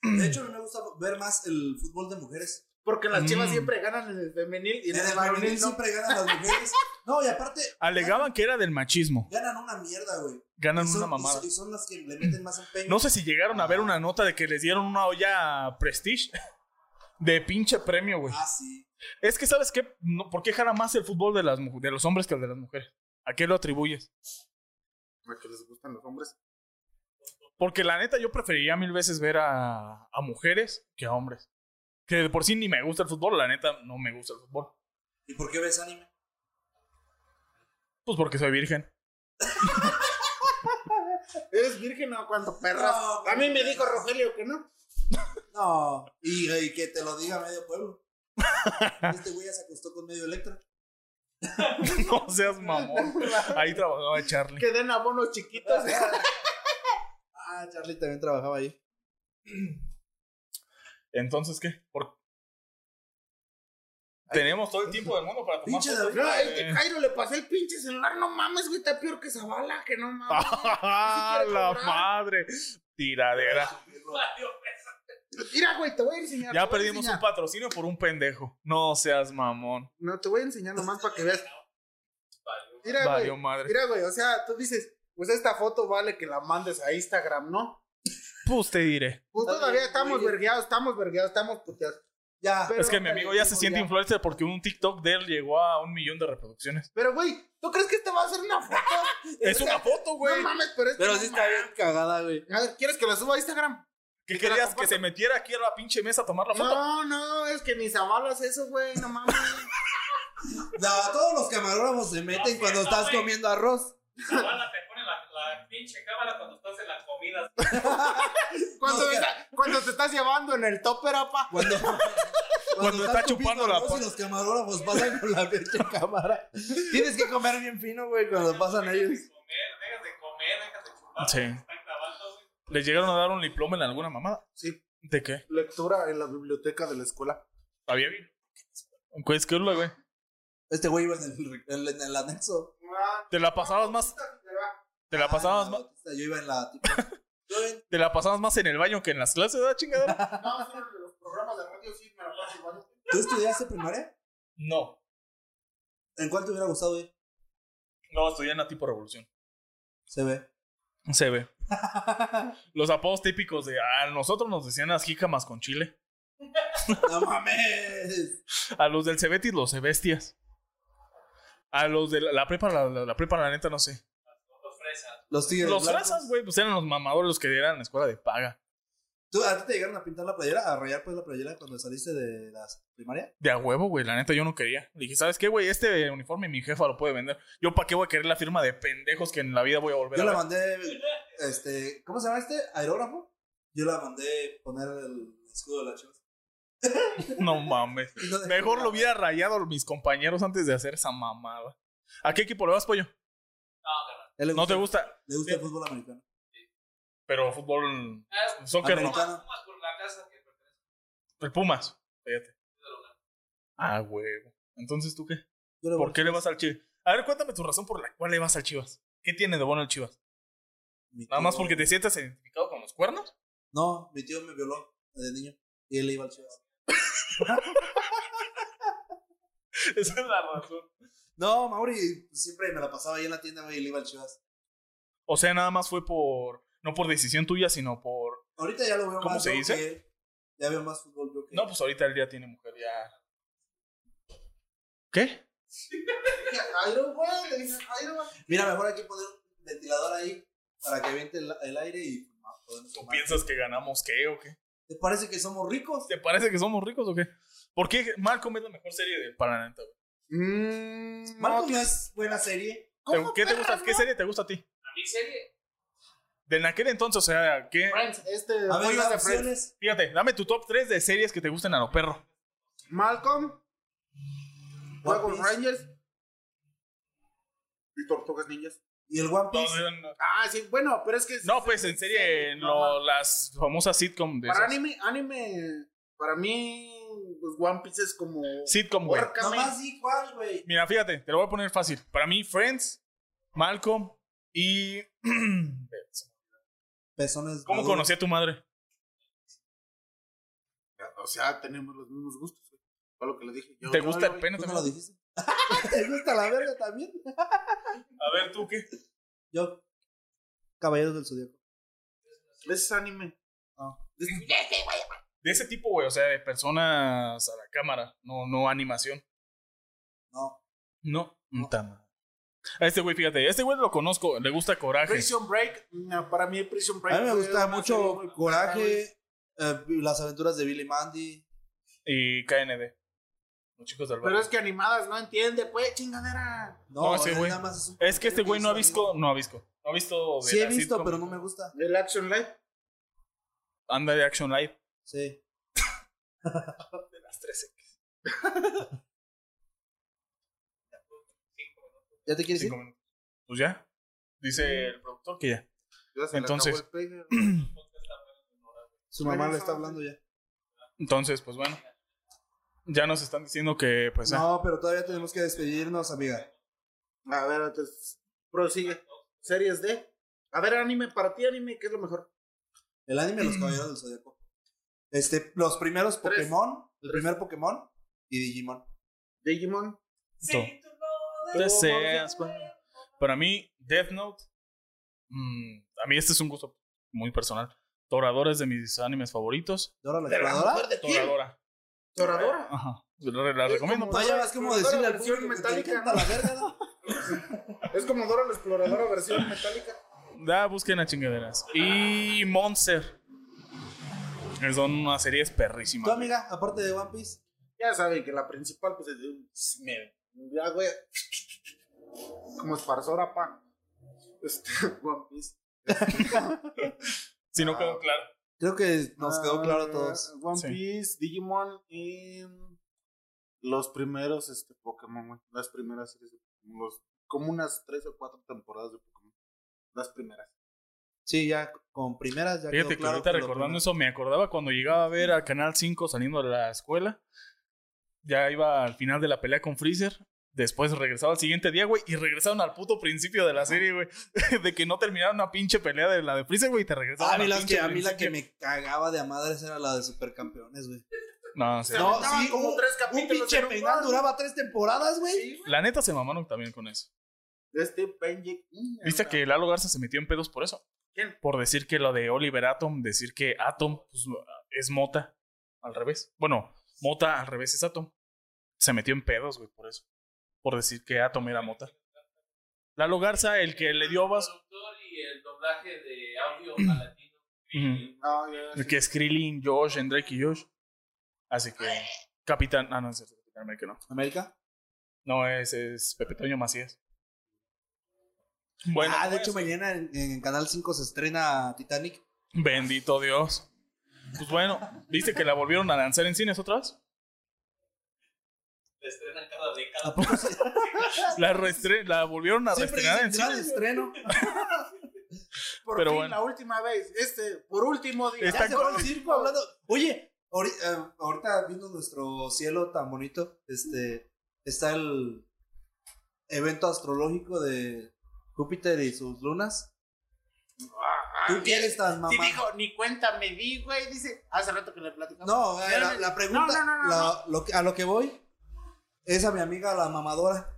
De hecho, a mí me gusta ver más el fútbol de mujeres.
Porque las chivas
Mm.
siempre ganan en el femenil y en
En
el
el femenil
femenil no.
siempre ganan las mujeres. No, y aparte.
Alegaban que era del machismo.
Ganan una mierda, güey.
Ganan
Y son-
una mamada.
Y son, y son las que le meten más empeño.
No sé si llegaron a ver una nota de que les dieron una olla Prestige de pinche premio, güey.
Ah, sí.
Es que, ¿sabes qué? No, ¿Por qué jala más el fútbol de, las, mu- de los hombres que el de las mujeres? ¿A qué lo atribuyes?
¿A que les gustan los hombres?
Porque la neta, yo preferiría mil veces ver a, a mujeres que a hombres. Que de por sí ni me gusta el fútbol, la neta, no me gusta el fútbol.
¿Y por qué ves anime?
Pues porque soy virgen.
¿Eres virgen o cuánto, perras?
No,
a mí me
perras.
dijo Rogelio que no.
No. Y, y que te lo diga medio pueblo. Este güey ya se acostó con medio electro.
No seas mamón. Ahí trabajaba Charlie.
Que den abonos chiquitos.
Ah, Charlie también trabajaba ahí.
Entonces, ¿qué? ¿Por- Tenemos todo el tiempo del mundo para tomar
Pinche
fotos.
David.
No, es que Jairo le pasé el pinche celular. No mames, güey, está peor que Zavala, que no mames.
¡Ah,
quiere
la
cobrar.
madre! Tiradera.
Mira, güey, te voy a enseñar. te
Ya
voy a
perdimos un
enseñar.
patrocinio por un pendejo. No seas mamón.
No, te voy a enseñar nomás para que veas. Mira,
Valió
güey.
madre.
Mira, güey, o sea, tú dices, pues esta foto vale que la mandes a Instagram, ¿no?
Pues te diré.
Pues
Está
todavía
bien,
estamos
güey.
vergueados, estamos vergueados, estamos puteados.
Ya.
Pero
es que mi amigo ya se
digo,
siente influencer porque un TikTok de él llegó a un millón de reproducciones.
Pero, güey, ¿tú crees que esta va a ser una foto?
Es una foto, güey.
No mames, pero es que
Pero
no
sí está bien cagada, güey.
mames. A ver, ¿quieres que la suba a Instagram?
¿Qué
que la
querías que
comparto.
se metiera aquí a la pinche mesa a tomar la foto?
No, no, es que ni Zavala hace eso, güey, no mames.
No, todos los camarógrafos se meten
No,
cuando
no,
estás
güey.
comiendo arroz.
La bala te pone la, la pinche cámara cuando estás en la comida.
Cuando,
No, es que-
está- cuando te estás llevando en el topper, apa.
Cuando,
Cuando está
están
chupando
comiendo
la
arroz
pan-
y los camarógrafos pasan con la pinche cámara. Tienes que comer bien fino, güey, cuando pasan ellos.
Dejas de comer, dejas de comer, dejas de chupar.
Sí.
Están grabando, güey.
¿Les llegaron a dar un diploma en alguna mamada?
Sí.
¿De qué?
Lectura en la biblioteca de la escuela.
Había bien. Pues, ¿Qué es que es lo, güey?
Este güey iba en el, en, en el anexo.
Te la pasabas Ah, más. Te la pasabas
Ah,
más.
no, Yo iba en la tipo. Yo en-
Te la pasabas más en el baño que en las clases, ah, ¿verdad, chingadera?
No, sí, los programas de radio sí me la paso igual.
¿Tú estudiaste primaria?
No.
¿En cuál te hubiera gustado ir?
No, estudié en la tipo revolución.
Se ve.
Se ve. Los apodos típicos de a nosotros nos decían las jícamas con chile.
¡No mames!
A los del Cebetis, los Cebestias. A los de la, la prepa, la, la- la prepa, la neta, no sé.
Los tigres.
Los
blancos.
frazas, güey, pues eran los mamadores los que eran la escuela de paga.
¿Tú, ¿A ti te llegaron a pintar la playera? ¿A rayar pues la playera cuando saliste de la primaria?
De a huevo, güey, la neta yo no quería. Le dije, ¿sabes qué, güey? Este uniforme mi jefa lo puede vender. Yo, ¿para qué voy a querer la firma de pendejos que en la vida voy a volver
Yo
a
la
ver?
mandé. Este, ¿Cómo se llama este? ¿Aerógrafo? Yo la mandé poner el escudo de la chivas.
No mames.
Y no dejé
Mejor lo
que la-
hubiera rayado mis compañeros antes de hacer esa mamada. ¿A qué equipo le vas, pollo?
No, carnal.
Él le
No te gusta,
Le gusta el fútbol americano.
pero fútbol,
Ah,
soccer no.
América.
Pumas, Pumas por la casa que pertenece
El Pumas, fíjate.
al hogar.
Ah, huevo. Entonces, ¿tú qué?
Yo le
¿Por
voy-
qué le vas al Chivas? A ver, cuéntame tu razón por la cual le vas al Chivas. ¿Qué tiene de bueno el Chivas?
mi
¿Nada más
tío-
porque te sientas identificado con los cuernos?
No, mi tío me violó desde niño. Y él iba al chivas.
Esa es la razón.
No, Mauri pues, siempre me la pasaba ahí en la tienda, güey, y él iba al chivas.
O sea, nada más fue por. No por decisión tuya, sino por.
Ahorita ya lo veo
¿Cómo
más.
se
yo
dice?
que él. Ya veo más fútbol yo que
No, pues ahorita él ya tiene mujer, ya. ¿Qué?
¿Qué?
dije a Jairo, güey. Le dije a Jairo, güey.
Mira, mejor hay que poner un ventilador ahí para que aviente el, el aire y ah, podemos
¿Tú
fumar.
piensas que ganamos qué o qué?
¿Te parece que somos ricos?
¿Te parece que somos ricos o qué? ¿Por qué Malcolm es la mejor serie de Paraneta?
Mm, no,
Malcolm es buena serie.
¿Cómo,
¿Qué te
perra,
gusta? ¿Qué
no?
serie te gusta a ti?
A mi serie,
De en aquel entonces, o sea, ¿qué?
Friends.
este.
A ver,
apoyo
las
de Fred.
opciones.
Fíjate, dame tu top 3 de series que te gusten a lo perro.
Malcolm,
One
Dragon
Piece
Rangers y Tortugas Ninjas.
Y el One
No,
Piece.
no,
Ah, sí, bueno, pero es que.
no, pues en serie, en lo- las famosas sitcom de
Para
esas.
anime, anime, para mí, pues One Piece es como.
Sitcom, güey.
Porca,
Nomás
man.
di cuál, güey.
Mira, fíjate, te lo voy a poner fácil. Para mí, Friends, Malcolm y...
Pezones.
¿Cómo
maduros.
conocí a tu madre?
O sea, tenemos los mismos gustos. güey. Fue lo que le dije. Yo,
¿Te
no,
gusta
yo-
el pene
¿Tú no
también?
lo dijiste? ¿Te gusta la verga también?
A ver, ¿tú qué?
Yo, Caballeros del Zodíaco.
Ese es anime.
De ese tipo, güey, o sea, de personas a la cámara, no, no animación.
No.
No. A este güey, fíjate, este güey lo conozco, le gusta coraje.
Prison Break, no, para mí Prison Break.
A mí me
fue
gusta
una serie
mucho
muy corta, güey.
Coraje, eh, las aventuras de Billy Mandy.
Y KND. Los chicos del
Pero
barrio.
es que animadas no entiende, pues, chingadera.
No,
No, ese
él
güey.
nada más es un-
Es que este güey no ha
es
visto, no ha visto, no ha visto.
amigo.
de
Sí he
la
visto,
sitcom.
pero no me gusta.
El Action Live.
Anda de Action Live.
Sí.
De las 13.
¿Ya te quieres ir?
Cinco minutos. Pues ya. Dice el productor que ya.
Ya se le
Entonces.
acabó el pegue.
Su mamá le está hablando ya.
Entonces, pues bueno. Ya nos están diciendo que, pues. ah,
No, pero todavía tenemos que despedirnos, amiga.
A ver, entonces, prosigue. Series de. A ver, anime, para ti, anime, ¿qué es lo mejor?
El anime de los Caballeros del Zodíaco. Este, los primeros
Tres.
Pokémon, el primer Pokémon y Digimon.
Digimon.
todo. Te seas, pa- Para mí, Death Note. mm, a mí este es un gusto muy personal. Toradora es de mis animes favoritos.
Dora la
De la
exploradora.
mujer de quién?
Toradora.
Toradora.
Ajá. La, la recomiendo.
No, ya vas como decirle al
versión
público que te
metálica.
encanta la verga, ¿no?
Es como Dora la exploradora versión metálica.
Da, busquen a chingaderas. Y Monster. Que Son unas series perrísimas.
Tu amiga, aparte de One Piece.
Ya saben que la principal, pues, es de un. me- Ya, güey. Como esparzora, pa. Este, One Piece.
Si no quedó claro.
Creo que nos quedó
Ah,
claro a todos.
One
Sí.
Piece, Digimon y. Los primeros, este, Pokémon, güey. Las primeras series de Pokémon. Los, como unas tres o cuatro temporadas de Pokémon. Las primeras.
Sí, ya con primeras ya
Fíjate
quedó
que
claro.
ahorita
que lo
recordando
primero-
eso, me acordaba cuando llegaba a ver al Canal 5 saliendo de la escuela. Ya iba al final de la pelea con Freezer. Después regresaba al siguiente día, güey, y regresaron al puto principio de la serie, güey. De que no terminaron una pinche pelea de la de Freezer, güey, y te regresaron
Ah, a mí,
al
las
pinche
que, a mí la que
principio.
me cagaba de a madres era la de supercampeones, güey.
No, sí.
No,
aventaban
sí,
como
un-
tres
Un
capítulos
pinche
en un
penal
par, ¿no?
duraba tres temporadas, güey.
Sí,
La neta se mamaron también con eso.
Este Benji. mm,
Viste
anda.
que Lalo Garza se metió en pedos por eso.
¿Quién?
Por decir que lo de Oliver Atom, decir que Atom pues, es Mota al revés. Bueno, Mota al revés es Atom. Se metió en pedos, güey, por eso. Por decir que Atom era Mota. Lalo Garza, el que le dio vas.
productor y el doblaje de audio a latino.
Ujú.
Ah, ya,
El
sí.
que es Krillin, Josh, Drake y Josh. Así que. Capitán. Ah, no, es cierto, Capitán América no.
América.
No, ese es Pepe Toño Macías. Bueno,
ah, de
pues,
hecho, mañana en, en Canal 5 se estrena Titanic.
Bendito Dios. Pues bueno, ¿viste que la volvieron a lanzar en cines otra vez?
Le estrenan cada década.
¿A poco se-
La, reestre- la volvieron
Ah,
a
Siempre
reestrenar en
dicen gran
cines.
estreno.
Por
Pero
fin,
bueno.
la última vez. Este, por último, día.
Está
Ya se fue al circo hablando. Oye, ahori- eh, ahorita viendo nuestro cielo tan bonito, este está el evento astrológico de Júpiter y sus lunas. Tú que eres tan mamá.
Ah, Sí dijo, ni cuenta me di, güey. Dice, hace rato que le platicamos.
No, eh, la, la
No,
pregunta,
no, no, no,
la- lo que- a lo que voy es a mi amiga la mamadora.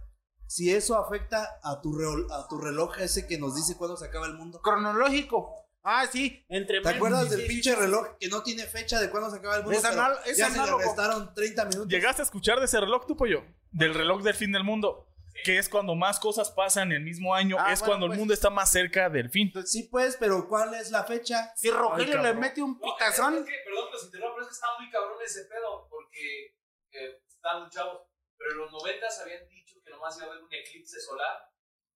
Si eso afecta a tu, reo- a tu reloj ese que nos dice cuándo se acaba el mundo.
Cronológico. Ah, sí. Entre
¿Te acuerdas del pinche reloj que no tiene fecha de cuándo se acaba el mundo?
Es
pero
anal- es
ya se le
análogo.
restaron 30 minutos.
¿Llegaste a escuchar de ese reloj, tú, pollo? Del reloj del fin del mundo. que es cuando más cosas pasan en el mismo año,
Ah,
es
bueno,
cuando
pues.
el mundo está más cerca del fin.
Pues sí, pues, pero ¿cuál es la fecha?
Si Rogelio
Ay,
le
cabrón.
mete un
No,
pitazón.
es que- perdón que los interrumpa, pero es que está muy cabrón ese pedo, porque eh, están los chavos. Pero en los 90 habían dicho que nomás iba a haber un eclipse solar.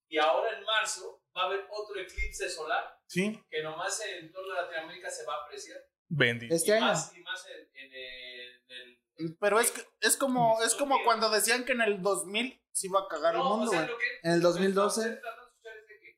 Y ahora en marzo va a haber otro eclipse solar
Sí.
que nomás en toda Latinoamérica se va a apreciar.
Bendito.
Este
y
año.
más, y más en, en el- en el.
Pero es, que- es, como, es como cuando decían que en el 2000 se iba a cagar el
No,
mundo,
o sea,
güey.
lo que-
En el
lo que
2012.
estamos tratando de escuchar es de que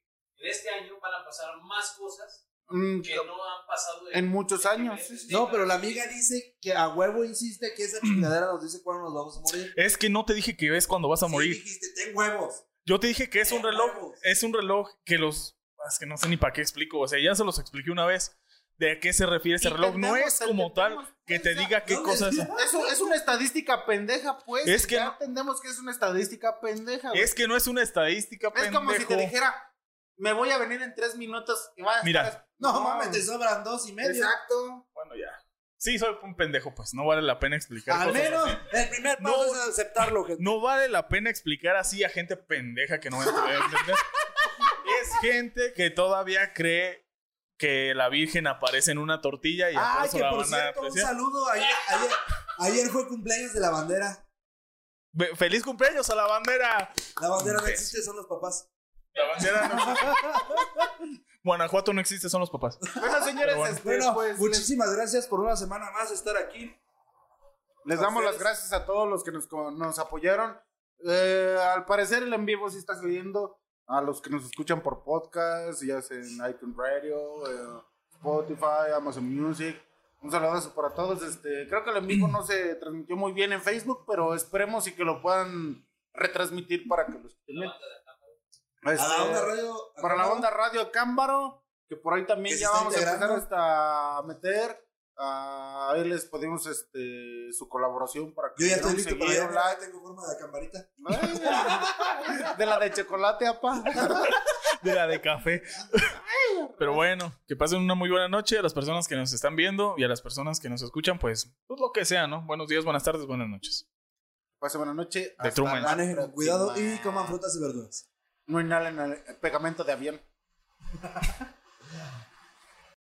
En este año van a pasar más cosas
Mm,
que no han pasado
En muchos años. sí, sí.
No, pero la amiga dice que a huevo insiste que esa chingadera nos dice cuándo nos vamos a morir.
Es que no te dije que es cuando vas a
Sí,
morir.
dijiste, ten huevos.
Yo te dije que es un
Ten
reloj,
huevos.
es un reloj que los... Es que no sé ni para qué explico, o sea, ya se los expliqué una vez de a qué se refiere ese reloj. No es como tal que te diga qué
no,
cosas...
es-
Es, un- es una estadística pendeja, pues.
Es que
ya
no-
entendemos que es una estadística pendeja, güey.
Es que no es una estadística,
Es como si te
pendejo.
dijera, me voy a venir en tres minutos y vas a
Mira.
estar-
No, mames, te sobran dos y medio.
Exacto.
Bueno, ya. Sí, soy un pendejo, pues no vale la pena explicar.
Al
cosas
menos
así.
el primer paso
No.
es aceptarlo, gente.
No vale la pena explicar así a gente pendeja que no entiende. ¿entendés? es gente que todavía cree que la Virgen aparece en una tortilla y por
Ay,
eso
que
la
por
van a
cierto, un
apreciar.
saludo. Ayer, ayer, ayer fue cumpleaños de la bandera.
Ve- ¡Feliz cumpleaños a la bandera!
La bandera no
Beso.
existe, son los papás.
La bandera no existe. Guanajuato no existe, son los papás.
Bueno, señores,
Pero bueno.
este,
Bueno,
pues, les,
muchísimas gracias por una semana más estar aquí.
les
a
damos las
ustedes.
gracias a todos los que nos, co- nos apoyaron. Eh, al parecer el en vivo sí está saliendo. A los que nos escuchan por podcast, ya sea en iTunes Radio, eh, Spotify, Amazon Music. Un saludo para todos. Este, creo que el en vivo no se transmitió muy bien en Facebook, pero esperemos y que lo puedan retransmitir para que los escuchen bien.
A la
Este,
onda radio.
para la onda radio Cámbaro, que por ahí también
Que se
ya
está
vamos a empezar
integrando.
hasta a meter. ah, ahí les pedimos este, su colaboración para que
Yo ya estoy
pudieran
listo para ir
seguir
a hablar. Tengo forma de cambarita.
la- De la de chocolate, apa.
De la de café. Pero bueno, que pasen una muy buena noche a las personas que nos están viendo y a las personas que nos escuchan, pues, pues lo que sea, ¿no? Buenos días, buenas tardes, buenas noches.
Pase buena noche. hasta
Truman.
la
Manejen con cuidado
próxima.
y coman frutas y verduras.
No inhalen el pegamento de avión.